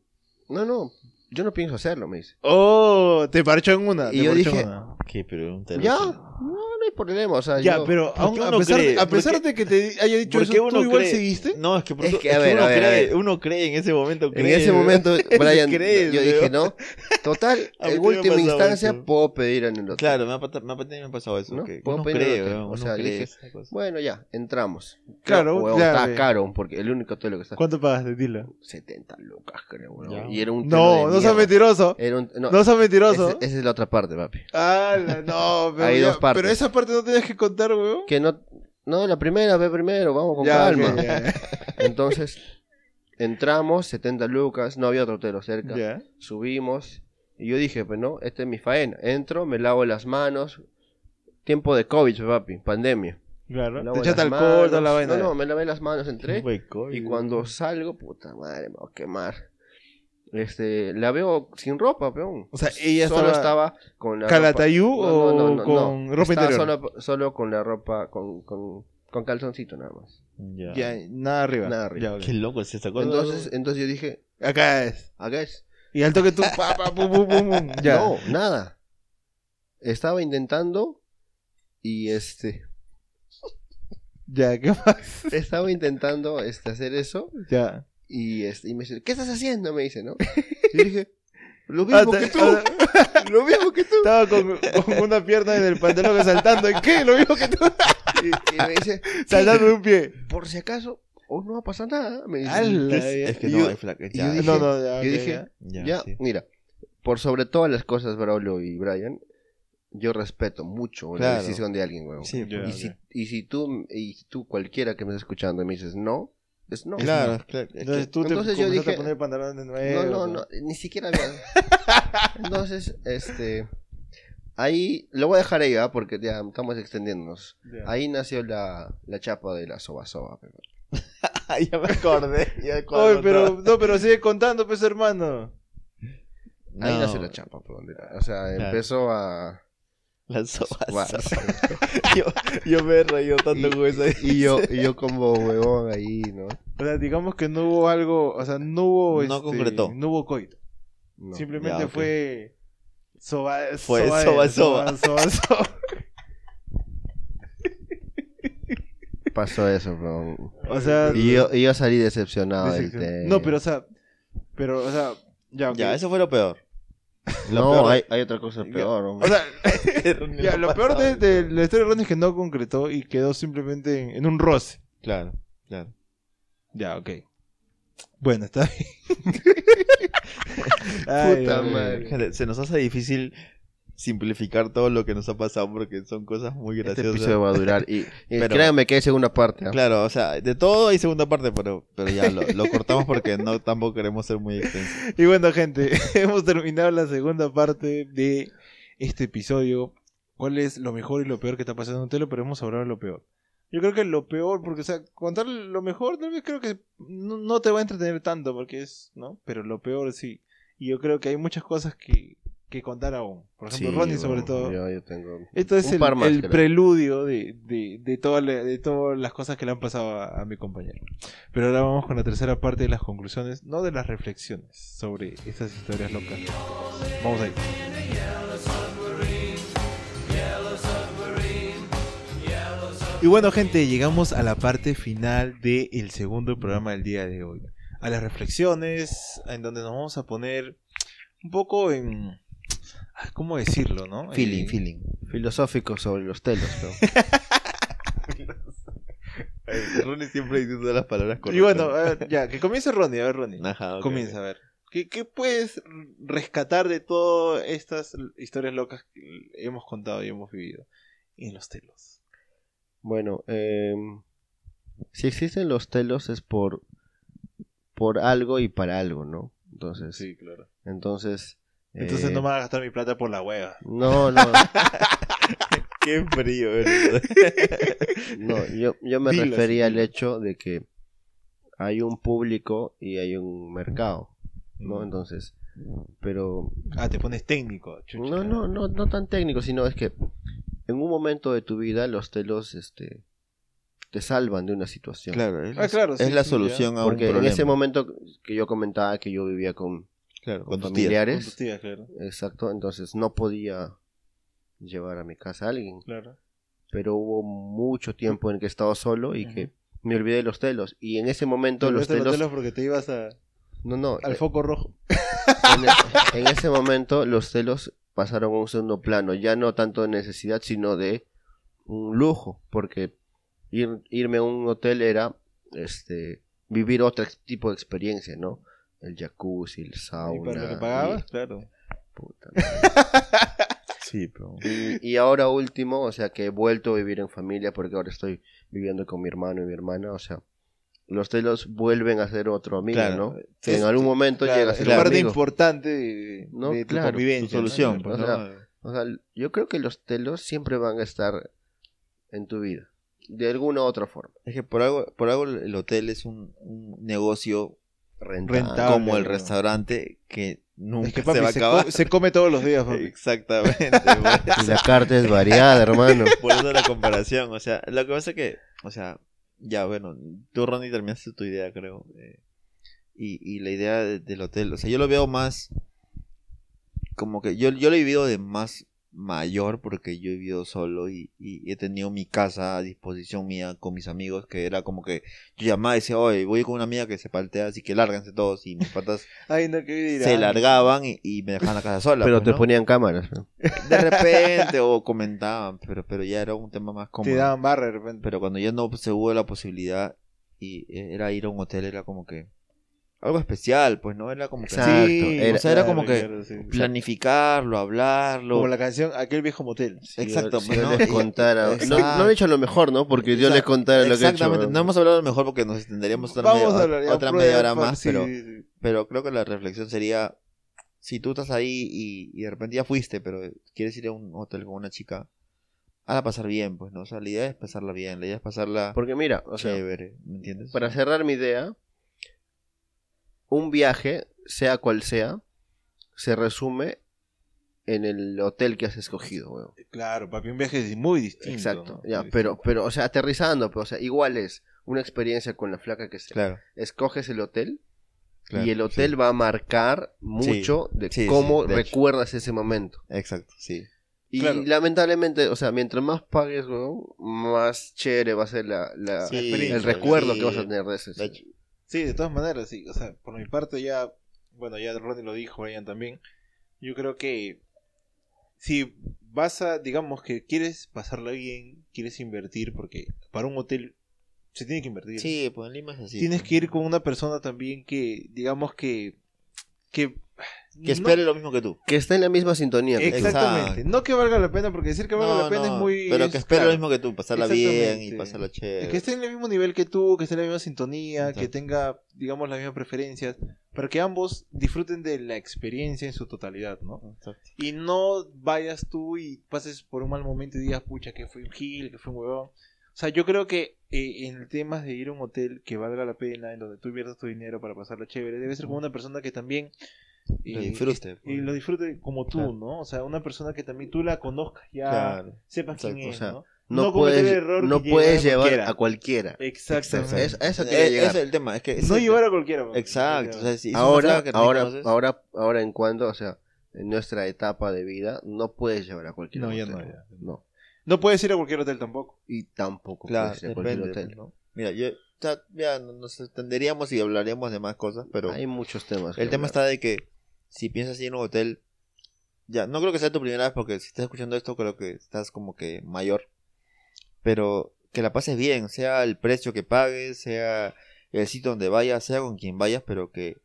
Speaker 3: no, no, yo no pienso hacerlo, me dice.
Speaker 1: Oh, te parchó en una.
Speaker 3: Y
Speaker 1: te
Speaker 3: yo
Speaker 1: parchó
Speaker 3: dije,
Speaker 1: en una.
Speaker 2: ¿Qué? Pero un teléfono.
Speaker 3: Ya, no, no hay problema, o sea,
Speaker 1: Ya,
Speaker 3: yo-
Speaker 1: pero
Speaker 2: ¿por
Speaker 1: aún,
Speaker 2: qué
Speaker 1: a
Speaker 2: uno
Speaker 1: pesar,
Speaker 2: cree?
Speaker 1: de- a
Speaker 2: ¿Por
Speaker 1: pesar
Speaker 2: qué-
Speaker 1: de que te haya dicho
Speaker 2: por
Speaker 1: eso,
Speaker 2: qué uno
Speaker 1: ¿tú igual
Speaker 2: cree?
Speaker 1: seguiste?
Speaker 2: No, es que, por-
Speaker 3: Es que, a
Speaker 2: es que
Speaker 3: ver,
Speaker 2: uno,
Speaker 3: a ver,
Speaker 2: cree,
Speaker 3: a ver.
Speaker 2: uno cree en ese momento.
Speaker 3: en
Speaker 2: cree,
Speaker 3: ese
Speaker 2: ¿verdad?
Speaker 3: momento, Brian,
Speaker 2: crees,
Speaker 3: yo
Speaker 2: weón?
Speaker 3: dije, no, total,
Speaker 2: A mí
Speaker 3: en
Speaker 2: también me
Speaker 3: última
Speaker 2: pasaba
Speaker 3: instancia
Speaker 2: eso.
Speaker 3: puedo pedir en el hotel.
Speaker 2: Claro, me ha, pata- me ha, pata- me ha pasado eso.
Speaker 3: ¿No?
Speaker 2: que
Speaker 3: Puedo
Speaker 2: uno
Speaker 3: pedir
Speaker 2: cree,
Speaker 3: otro.
Speaker 2: weón,
Speaker 3: O
Speaker 2: uno
Speaker 3: sea,
Speaker 2: cree
Speaker 3: dije,
Speaker 2: esas cosas.
Speaker 3: Bueno, ya, entramos.
Speaker 1: Claro,
Speaker 3: Huevón,
Speaker 1: claro.
Speaker 3: Estaba caro, porque el único hotel que está
Speaker 1: ¿Cuánto pagaste? Dilo.
Speaker 3: 70 lucas, creo, weón,
Speaker 2: Ya.
Speaker 3: Y era un
Speaker 1: No, no seas
Speaker 3: se
Speaker 1: mentiroso.
Speaker 3: Era un, Eh, no,
Speaker 1: No seas
Speaker 3: esa,
Speaker 1: mentiroso.
Speaker 3: esa es la otra parte, papi.
Speaker 1: Ah, la- no, pero,
Speaker 3: Hay
Speaker 1: ya-
Speaker 3: dos partes.
Speaker 1: pero esa parte no tenías que contar, weón.
Speaker 3: Que no, no, la primera, ve primero, vamos con
Speaker 1: Ya,
Speaker 3: calma.
Speaker 1: ok, ya,
Speaker 3: Entonces, entramos, 70 lucas, no había otro hotel cerca.
Speaker 1: ya. Ya.
Speaker 3: Subimos. Y yo dije, pues no, esta es mi faena. Entro, me lavo las manos. Tiempo de COVID, pues, papi, pandemia. Me
Speaker 1: Claro.
Speaker 3: lavo
Speaker 1: Te echaste
Speaker 3: las
Speaker 1: alcohol, toda la
Speaker 3: manos.
Speaker 1: vaina.
Speaker 3: No, no, me lavé las manos, entré.
Speaker 2: Güey, coño.
Speaker 3: Y cuando salgo, puta madre, me voy a quemar. Este, la veo sin ropa, peón.
Speaker 1: O sea, ella
Speaker 3: solo
Speaker 1: estaba-
Speaker 3: estaba, con la
Speaker 1: ¿Calatayú
Speaker 3: ropa.
Speaker 1: o
Speaker 3: No, no, no, no,
Speaker 1: con
Speaker 3: no.
Speaker 1: ropa
Speaker 3: Estaba
Speaker 1: interior?
Speaker 3: Solo, solo con la ropa, con, con, con calzoncito nada más.
Speaker 2: Ya.
Speaker 1: Ya, nada arriba.
Speaker 3: Nada arriba.
Speaker 1: Ya, ok.
Speaker 2: Qué loco es esta cosa.
Speaker 3: Entonces, entonces yo dije,
Speaker 1: Acá es.
Speaker 3: ¿a qué es?
Speaker 1: Y al toque tú, pa, pa, pum, pum, pum, pum. Ya.
Speaker 3: No, nada. Estaba intentando y este
Speaker 1: Ya, ¿qué más?
Speaker 3: estaba intentando este hacer eso
Speaker 1: Ya.
Speaker 3: y este y me dice, "¿Qué estás haciendo?" me dice, ¿no? Y yo dije, "Lo
Speaker 1: Ah,
Speaker 3: mismo
Speaker 1: te-
Speaker 3: que tú,
Speaker 1: ah,
Speaker 3: lo mismo que tú."
Speaker 1: estaba con, con una pierna en el pantalón saltando. ¿En qué? Lo mismo que tú.
Speaker 3: Y, y me dice,
Speaker 1: Saltando de un pie.
Speaker 3: "Por si acaso, hoy no va a pasar nada. Me dice,
Speaker 1: ¡Hala!
Speaker 2: Es que
Speaker 3: Y
Speaker 2: no,
Speaker 3: yo-
Speaker 2: hay flag.
Speaker 3: y
Speaker 2: ya,
Speaker 3: yo dije-
Speaker 1: no, no, eh, ya,
Speaker 3: yo
Speaker 1: ok,
Speaker 3: dije,
Speaker 1: ya.
Speaker 2: ya,
Speaker 3: ya,
Speaker 2: sí.
Speaker 3: mira, por sobre todas las cosas, Braulio y Brian, yo respeto mucho la
Speaker 2: Claro.
Speaker 3: decisión de alguien, huevón.
Speaker 2: Sí,
Speaker 1: Ya,
Speaker 3: y,
Speaker 1: ok.
Speaker 3: si, y si tú, y si tú, cualquiera que me estés escuchando, y me dices no, es no.
Speaker 2: claro, es claro. es que-
Speaker 1: Entonces tú
Speaker 3: Entonces
Speaker 1: te
Speaker 3: yo
Speaker 1: comenzaste
Speaker 3: dije-
Speaker 1: a poner pantalones de nuevo.
Speaker 3: No, no,
Speaker 1: ¿no?
Speaker 3: no, ni siquiera había. Entonces, este. Ahí lo voy a dejar ahí, ¿ah? porque ya estamos extendiéndonos.
Speaker 1: Ya.
Speaker 3: Ahí nació la, la chapa de la soba soba. pero-
Speaker 2: Ah, ya me acordé. Ya me acordé
Speaker 1: Oye, pero, no, pero sigue contando, pues, hermano.
Speaker 2: No,
Speaker 3: Ahí nació la chapa, pero, o sea, empezó a.
Speaker 2: la sopa.
Speaker 3: Guarse.
Speaker 2: yo, yo me he reído tanto
Speaker 3: Y-
Speaker 2: con esa.
Speaker 3: Y yo, y yo como huevón ahí, ¿no?
Speaker 1: O sea, digamos que no hubo algo, o sea, no hubo...
Speaker 2: No
Speaker 1: este,
Speaker 2: concretó.
Speaker 1: No hubo coito.
Speaker 3: No.
Speaker 1: Simplemente
Speaker 2: Ya, ok.
Speaker 1: fue... Soba,
Speaker 2: Fue
Speaker 1: soba,
Speaker 2: soba,
Speaker 1: soba, soba, soba.
Speaker 3: Pasó eso, bro.
Speaker 1: O sea...
Speaker 3: Y yo, y yo salí decepcionado del
Speaker 1: decepción.
Speaker 3: tema.
Speaker 1: No, pero, o sea... Pero, o sea... Ya, ok.
Speaker 2: Ya, eso fue lo peor. lo
Speaker 3: No,
Speaker 2: peor-
Speaker 3: hay, hay otra cosa peor,
Speaker 1: O
Speaker 3: hombre.
Speaker 1: sea, ya, lo peor de, de la historia de Ron es que no concretó y quedó simplemente en, en un roce.
Speaker 2: Claro, claro.
Speaker 1: Ya, ok. Bueno, está bien.
Speaker 3: Puta
Speaker 1: hombre.
Speaker 3: madre.
Speaker 2: Gente, Se nos hace difícil simplificar todo lo que nos ha pasado porque son cosas muy
Speaker 3: Este
Speaker 2: graciosas.
Speaker 3: episodio va a durar. Y, y
Speaker 2: Pero-
Speaker 3: créanme que hay segunda parte. ¿ah?
Speaker 2: Claro, o sea, de todo hay segunda parte, pero, pero ya lo, lo cortamos porque no tampoco queremos ser muy extensos.
Speaker 1: Y bueno, gente, hemos terminado la segunda parte de este episodio. ¿Cuál es lo mejor y lo peor que está pasando en Telo? Pero hemos hablado de lo peor. Yo creo que lo peor, porque, o sea, contar lo mejor, tal vez creo que no, no te va a entretener tanto, porque es, ¿no? Pero lo peor sí. Y yo creo que hay muchas cosas que, que contar aún. Por ejemplo,
Speaker 3: Sí,
Speaker 1: Ronnie,
Speaker 3: bueno,
Speaker 1: sobre todo.
Speaker 3: Yo, yo tengo.
Speaker 1: Esto es
Speaker 3: Un
Speaker 1: el,
Speaker 3: par más,
Speaker 1: el
Speaker 3: creo.
Speaker 1: preludio de, de, de, toda la- de todas las cosas que le han pasado a, a mi compañero. Pero ahora vamos con la tercera parte de las conclusiones, no de las reflexiones sobre esas historias locas. Vamos ahí. Y bueno, gente, llegamos a la parte final del segundo programa del día de hoy. A las reflexiones, en donde nos vamos a poner un poco en. ah, ¿Cómo decirlo, no?
Speaker 3: Feeling,
Speaker 1: Eh,
Speaker 3: feeling. Filosófico sobre los telos, ¿no?
Speaker 2: Ronnie siempre diciendo las palabras correctas.
Speaker 1: Y bueno, a ver, ya, que comience Ronnie, a ver Ronnie.
Speaker 2: Ajá, ok.
Speaker 1: Comienza, a ver. ¿Qué, qué puedes rescatar de todas estas historias locas que hemos contado y hemos vivido en los telos?
Speaker 3: bueno, eh, si existen los telos es por, por algo y para algo, ¿no? Entonces,
Speaker 1: claro.
Speaker 3: entonces.
Speaker 1: Entonces
Speaker 3: eh,
Speaker 1: no me vas a gastar mi plata por la hueva.
Speaker 3: No, no,
Speaker 2: Qué frío, eh, ¿verdad?
Speaker 3: no, yo, yo me
Speaker 1: Dilo,
Speaker 3: refería al
Speaker 1: dilo.
Speaker 3: hecho de que hay un público y hay un mercado, ¿no?
Speaker 1: Mm.
Speaker 3: Entonces, pero
Speaker 1: Ah, te pones técnico. chucha.
Speaker 3: No, no, no, no tan técnico, sino es que en un momento de tu vida los telos este, te salvan de una situación.
Speaker 2: Claro, es,
Speaker 1: Ah, claro, sí,
Speaker 2: es la
Speaker 1: sí,
Speaker 2: solución a un
Speaker 3: Porque en
Speaker 2: problema.
Speaker 3: ese momento que yo comentaba que yo vivía con,
Speaker 2: claro,
Speaker 3: con
Speaker 2: con tus tías.
Speaker 1: ya. Con tus
Speaker 3: familiares,
Speaker 1: tías, claro.
Speaker 3: exacto, entonces no podía llevar a mi casa a alguien.
Speaker 1: claro.
Speaker 3: Pero hubo mucho tiempo en que he estado solo y
Speaker 1: Ujú.
Speaker 3: que me olvidé de los telos. Y en ese momento
Speaker 1: Te
Speaker 3: los
Speaker 1: olvidaste de
Speaker 3: telos...
Speaker 1: los telos porque te ibas a-
Speaker 3: No, no,
Speaker 1: al
Speaker 3: eh,
Speaker 1: foco rojo.
Speaker 3: en, e- en ese momento los celos pasaron a un segundo plano, ya no tanto de necesidad, sino de un lujo, porque ir- irme a un hotel era este vivir otro ex- tipo de experiencia, ¿no? El jacuzzi, el sauna.
Speaker 1: y para lo que
Speaker 3: y-
Speaker 1: pagabas, claro.
Speaker 3: puta madre.
Speaker 2: Sí, pero...
Speaker 3: y, y ahora último, o sea que he vuelto a vivir en familia porque ahora estoy viviendo con mi hermano y mi hermana, o sea, los celos vuelven a ser otro amigo,
Speaker 2: Claro,
Speaker 3: ¿no?
Speaker 2: es-
Speaker 3: en algún momento
Speaker 1: Claro,
Speaker 3: llega a
Speaker 1: es
Speaker 3: ser
Speaker 1: la
Speaker 3: un
Speaker 1: parte
Speaker 3: amigo.
Speaker 1: importante de,
Speaker 3: No,
Speaker 1: de tu
Speaker 3: claro, tu
Speaker 2: Tu
Speaker 1: convivencia. ¿no?
Speaker 2: solución, pues,
Speaker 3: O
Speaker 2: ¿no?
Speaker 3: O sea, yo creo que los telos siempre van a estar en tu vida, de alguna u otra forma.
Speaker 2: Es que por algo, por algo el hotel es un, un negocio
Speaker 1: Rentable,
Speaker 2: como el
Speaker 1: ¿no?
Speaker 2: restaurante que nunca
Speaker 1: Es que
Speaker 2: se
Speaker 1: papi,
Speaker 2: va a
Speaker 1: se,
Speaker 2: acabar.
Speaker 1: co- se come todos los días, papi.
Speaker 2: Exactamente. por-
Speaker 3: Y la carta es variada, hermano.
Speaker 2: por eso la comparación. O sea, lo que pasa es que, o sea, ya bueno, tú Ronnie terminaste tu idea, creo. eh, y, y la idea de- del hotel, o sea, yo lo veo más como que yo, yo lo he vivido de más mayor porque yo he vivido solo y, y he tenido mi casa a disposición mía con mis amigos que era como que yo llamaba y decía, oye, voy con una amiga que se paltea, así que lárganse todos y mis patas
Speaker 1: Ay, no, qué dirán.
Speaker 2: se largaban y, y me dejaban la casa sola.
Speaker 3: Pero
Speaker 2: pues,
Speaker 3: te
Speaker 2: ¿no?
Speaker 3: ponían cámaras. ¿no?
Speaker 2: De repente o comentaban, pero, pero ya era un tema más
Speaker 1: Te
Speaker 2: cómodo.
Speaker 1: daban barra de repente.
Speaker 2: Pero cuando ya no se hubo la posibilidad y eh, era ir a un hotel, era como que algo especial, pues, ¿no? Era como que
Speaker 3: Exacto,
Speaker 1: Sí,
Speaker 3: era-
Speaker 2: o sea, era como
Speaker 1: claro,
Speaker 2: que
Speaker 1: claro, sí.
Speaker 2: planificarlo, hablarlo.
Speaker 1: Como la canción Aquel viejo motel.
Speaker 2: Exacto,
Speaker 3: Si
Speaker 2: pues,
Speaker 3: yo
Speaker 2: ¿no?
Speaker 3: les contara. No,
Speaker 2: Exacto.
Speaker 3: no, he hecho lo mejor, ¿no? Porque yo les
Speaker 2: Exacto,
Speaker 3: contara lo que he hecho.
Speaker 2: Exactamente, no hemos hablado mejor porque nos extenderíamos otra,
Speaker 1: Vamos
Speaker 2: media,
Speaker 1: a hablar ya,
Speaker 3: pues,
Speaker 2: otra
Speaker 1: prueba,
Speaker 2: media hora
Speaker 1: pa-
Speaker 2: más,
Speaker 1: sí,
Speaker 2: pero,
Speaker 1: sí, sí.
Speaker 2: pero creo que la reflexión sería, si tú estás ahí y, y de repente ya fuiste, pero quieres ir a un hotel con una chica, hazla pasar bien, pues, ¿no? O sea, la idea es pasarla bien, la idea es pasarla
Speaker 3: Porque mira, o sea,
Speaker 2: chévere, ¿me entiendes?
Speaker 3: para cerrar mi idea, un viaje, sea cual sea, se resume en el hotel que has escogido, weón.
Speaker 1: Claro, papi, un viaje es muy distinto.
Speaker 3: Exacto,
Speaker 1: ¿no?
Speaker 3: ya,
Speaker 1: Muy
Speaker 3: pero, pero, o sea, aterrizando, pero, o sea, igual es una experiencia con la flaca que sea.
Speaker 2: Claro,
Speaker 3: Escoges el hotel
Speaker 2: claro,
Speaker 3: y el hotel
Speaker 2: sí.
Speaker 3: va a marcar mucho de
Speaker 2: sí,
Speaker 3: cómo
Speaker 2: sí, de hecho.
Speaker 3: recuerdas ese momento.
Speaker 2: Exacto, sí.
Speaker 3: Y
Speaker 1: Claro.
Speaker 3: lamentablemente, o sea, mientras más pagues, weón, más chévere va a ser la, la-
Speaker 2: Sí,
Speaker 1: experiencia,
Speaker 3: el
Speaker 1: sí.
Speaker 3: recuerdo que vas a tener de ese.
Speaker 2: De hecho.
Speaker 1: Sí, de todas maneras, sí. O sea, por mi parte ya, bueno, ya Ronnie lo dijo, Brian también. Yo creo que si vas a, digamos que quieres pasarla bien, quieres invertir, porque para un hotel se tiene que invertir.
Speaker 2: Sí, pues en Lima es así.
Speaker 1: Tienes
Speaker 2: pues.
Speaker 1: que ir con una persona también que, digamos que... Que,
Speaker 2: Que espere lo mismo que tú.
Speaker 3: Que esté en la misma sintonía. que tú.
Speaker 1: Exactamente.
Speaker 2: Exacto.
Speaker 1: No que valga la pena, porque decir que valga
Speaker 2: No,
Speaker 1: la pena
Speaker 2: no,
Speaker 1: es muy...
Speaker 2: Pero
Speaker 1: es-
Speaker 2: que espere
Speaker 1: claro.
Speaker 2: lo mismo que tú, pasarla bien y
Speaker 1: Exactamente.
Speaker 2: pasarla chévere.
Speaker 1: Que este esté en el mismo nivel que tú, que esté en la misma sintonía, que
Speaker 2: Exacto.
Speaker 1: tenga, digamos, las mismas preferencias, para que ambos disfruten de la experiencia en su totalidad, ¿no?
Speaker 2: Exacto.
Speaker 1: Y no vayas tú y pases por un mal momento y digas, pucha, que fue un gil, que fue un huevón. O sea, yo creo que eh, en temas de ir a un hotel que valga la pena, en donde tú inviertas tu dinero para pasarlo chévere, debe ser con una persona que también...
Speaker 2: Lo
Speaker 1: eh,
Speaker 2: disfrute, pues.
Speaker 1: Y lo disfrute como tú,
Speaker 2: Claro.
Speaker 1: ¿no? O sea, una persona que también tú la conozcas ya,
Speaker 2: Claro.
Speaker 1: sepas quién
Speaker 2: Exacto,
Speaker 1: es,
Speaker 3: o sea,
Speaker 1: ¿no?
Speaker 3: No,
Speaker 1: No cometer
Speaker 3: puedes,
Speaker 1: el error
Speaker 3: no
Speaker 1: que
Speaker 3: puedes
Speaker 1: lleva
Speaker 3: llevar
Speaker 1: cualquiera.
Speaker 3: a cualquiera.
Speaker 1: Exactamente.
Speaker 3: Es- a eso
Speaker 2: Eh,
Speaker 3: quería llegar.
Speaker 2: ese es el tema, es que... ese
Speaker 1: no
Speaker 2: es el
Speaker 1: llevar a cualquiera.
Speaker 2: tema.
Speaker 1: porque-
Speaker 2: Exacto. o sea, si es una
Speaker 3: ahora,
Speaker 2: flaca que no
Speaker 3: ahora,
Speaker 2: conoces-
Speaker 3: ahora, ahora en cuanto, o sea, en nuestra etapa de vida, no puedes llevar a cualquier
Speaker 1: No, ya
Speaker 3: hotel.
Speaker 1: no, ya.
Speaker 3: No.
Speaker 1: no puedes ir a cualquier hotel tampoco.
Speaker 3: Y tampoco
Speaker 2: Claro,
Speaker 3: puedes ir a cualquier
Speaker 2: depende,
Speaker 3: hotel.
Speaker 2: Mira, yo, ya, ya nos extenderíamos y hablaríamos de más cosas, pero
Speaker 3: Hay muchos temas.
Speaker 2: el tema está de que si piensas ir en un hotel, ya, no creo que sea tu primera vez porque si estás escuchando esto creo que estás como que mayor, pero que la pases bien, sea el precio que pagues, sea el sitio donde vayas, sea con quien vayas, pero que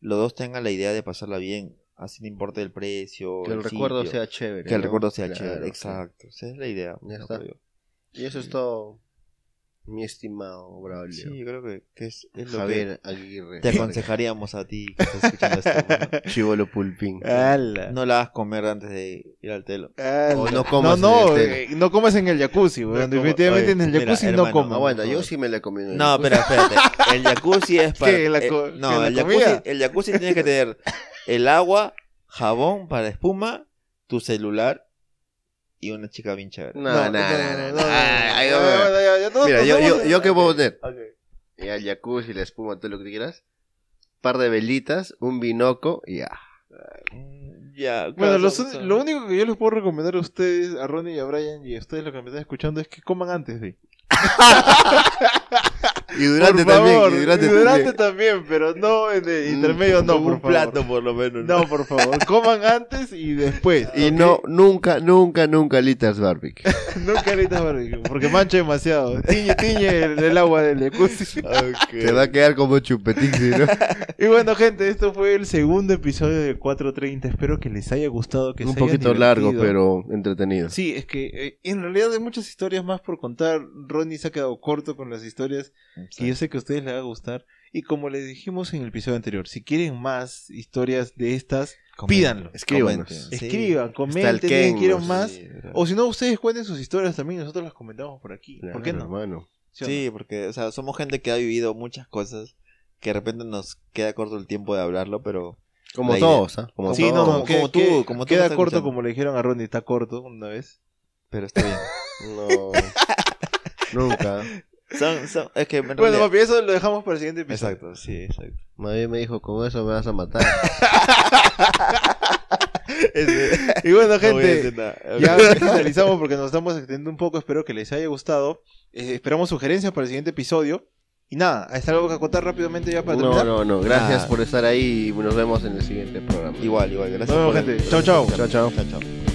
Speaker 2: los dos tengan la idea de pasarla bien, así no importa el precio,
Speaker 3: Que el recuerdo
Speaker 2: sitio,
Speaker 3: sea chévere.
Speaker 2: que el
Speaker 3: ¿no?
Speaker 2: recuerdo sea
Speaker 3: Claro,
Speaker 2: chévere,
Speaker 3: sí.
Speaker 2: exacto, esa es la idea.
Speaker 3: Ya
Speaker 2: no
Speaker 3: está.
Speaker 2: creo yo.
Speaker 3: Y eso es todo, mi estimado Braulio.
Speaker 2: Sí, yo creo que, que es, es lo que
Speaker 3: Javier eh, Aguirre.
Speaker 2: te aconsejaríamos a ti que estás escuchando esto. pues, ¿no?
Speaker 3: Chivolo Pulpín.
Speaker 1: ¡Hala!
Speaker 2: No la hagas comer antes de ir al telo.
Speaker 1: ¡Hala!
Speaker 3: O no comas
Speaker 1: no,
Speaker 3: en el
Speaker 1: eh, no comas en el jacuzzi, weón.
Speaker 2: este, No comas.
Speaker 1: Definitivamente
Speaker 2: Oye,
Speaker 1: en el
Speaker 2: mira,
Speaker 1: jacuzzi no
Speaker 2: hermano,
Speaker 1: comas.
Speaker 3: Aguanta, yo sí me la comí. una
Speaker 2: No,
Speaker 3: vez.
Speaker 2: pero espérate. El jacuzzi es para.
Speaker 1: ¿Qué, la
Speaker 2: eh,
Speaker 1: co-
Speaker 2: no,
Speaker 1: que la
Speaker 2: el,
Speaker 1: comida?
Speaker 2: jacuzzi, el jacuzzi tiene que tener el agua, jabón para espuma, tu celular y una chica bien chévere.
Speaker 3: No, no, no, no, no, ahí
Speaker 1: no,
Speaker 3: va,
Speaker 1: no,
Speaker 3: va.
Speaker 1: ya, ya, todos
Speaker 3: Mira, yo,
Speaker 1: pasamos-
Speaker 3: yo, yo qué puedo poner.
Speaker 1: Ok.
Speaker 3: Y al jacuzzi, la espuma, todo lo que quieras. Par de velitas, un binoco y ya.
Speaker 2: Mm, Ya.
Speaker 1: Bueno,
Speaker 2: claro,
Speaker 1: los
Speaker 2: son-
Speaker 1: un-
Speaker 2: son-
Speaker 1: lo único que yo les puedo recomendar a ustedes, a Ronnie y a Brian, y a ustedes lo que me están escuchando, es que coman antes de.
Speaker 3: Y
Speaker 1: por favor, y durante también, pero no en el
Speaker 3: Mm,
Speaker 1: intermedio, no, por
Speaker 2: un
Speaker 1: favor.
Speaker 2: plato por lo menos.
Speaker 1: No, por favor, coman antes y después.
Speaker 3: Y no, nunca, nunca, nunca litas barbecue.
Speaker 1: No caritas barbecue, porque mancha demasiado. Tiñe, tiñe el, el agua del jacuzzi.
Speaker 3: Te va a quedar como chupetín, ¿sí, ¿no?
Speaker 1: Y bueno, gente, esto fue el segundo episodio de 430. Espero que les haya gustado, que
Speaker 3: un
Speaker 1: se hayan
Speaker 3: poquito largo,
Speaker 1: divertido.
Speaker 3: pero entretenido.
Speaker 1: Sí, es que eh, en realidad hay muchas historias más por contar. Ronnie se ha quedado corto con las historias que yo sé que a ustedes les va a gustar. Y como les dijimos en el episodio anterior, si quieren más historias de estas, pídanlo.
Speaker 3: Escríbanos.
Speaker 2: Comenten, sí.
Speaker 1: escriban, comenten,
Speaker 3: Stalkeennos.
Speaker 1: digan, quiero más. Oh,
Speaker 2: Sí,
Speaker 1: O si no, ustedes cuenten sus historias también, nosotros las comentamos por aquí.
Speaker 3: Claro,
Speaker 1: ¿Por qué no?
Speaker 3: hermano.
Speaker 1: o no?
Speaker 2: Sí, porque, o sea, somos gente que ha vivido muchas cosas que de repente nos queda corto el tiempo de hablarlo, pero.
Speaker 3: Como
Speaker 2: La idea.
Speaker 3: todos, ¿ah? Como
Speaker 2: Como-
Speaker 1: sí,
Speaker 3: todos.
Speaker 1: no, no,
Speaker 2: como-
Speaker 1: que-
Speaker 2: como tú,
Speaker 1: que-
Speaker 2: como tú
Speaker 1: queda
Speaker 2: me estás
Speaker 1: corto
Speaker 2: escuchando.
Speaker 1: como le dijeron a Ronnie, está corto una vez.
Speaker 2: Pero está bien.
Speaker 3: No. nunca.
Speaker 2: Son, son, es que en
Speaker 1: Bueno,
Speaker 2: realidad-
Speaker 1: papi, eso lo dejamos para el siguiente episodio.
Speaker 2: Exacto, sí, exacto.
Speaker 3: Madre me dijo, con eso me vas a matar.
Speaker 2: Ese-
Speaker 1: Y bueno,
Speaker 2: no voy a
Speaker 1: gente,
Speaker 2: decir nada. Ok.
Speaker 1: ya finalizamos porque nos estamos extendiendo un poco. Espero que les haya gustado. Eh, esperamos sugerencias para el siguiente episodio. Y nada, ¿hay algo que acotar rápidamente ya para
Speaker 3: No,
Speaker 1: terminar?
Speaker 3: no, no. Gracias
Speaker 2: Ah.
Speaker 3: por estar ahí y nos vemos en el siguiente programa.
Speaker 2: Igual, igual, gracias.
Speaker 1: Nos vemos,
Speaker 2: por-
Speaker 1: gente. Chau, chau.
Speaker 3: Chao, chao.
Speaker 2: Chao, chao.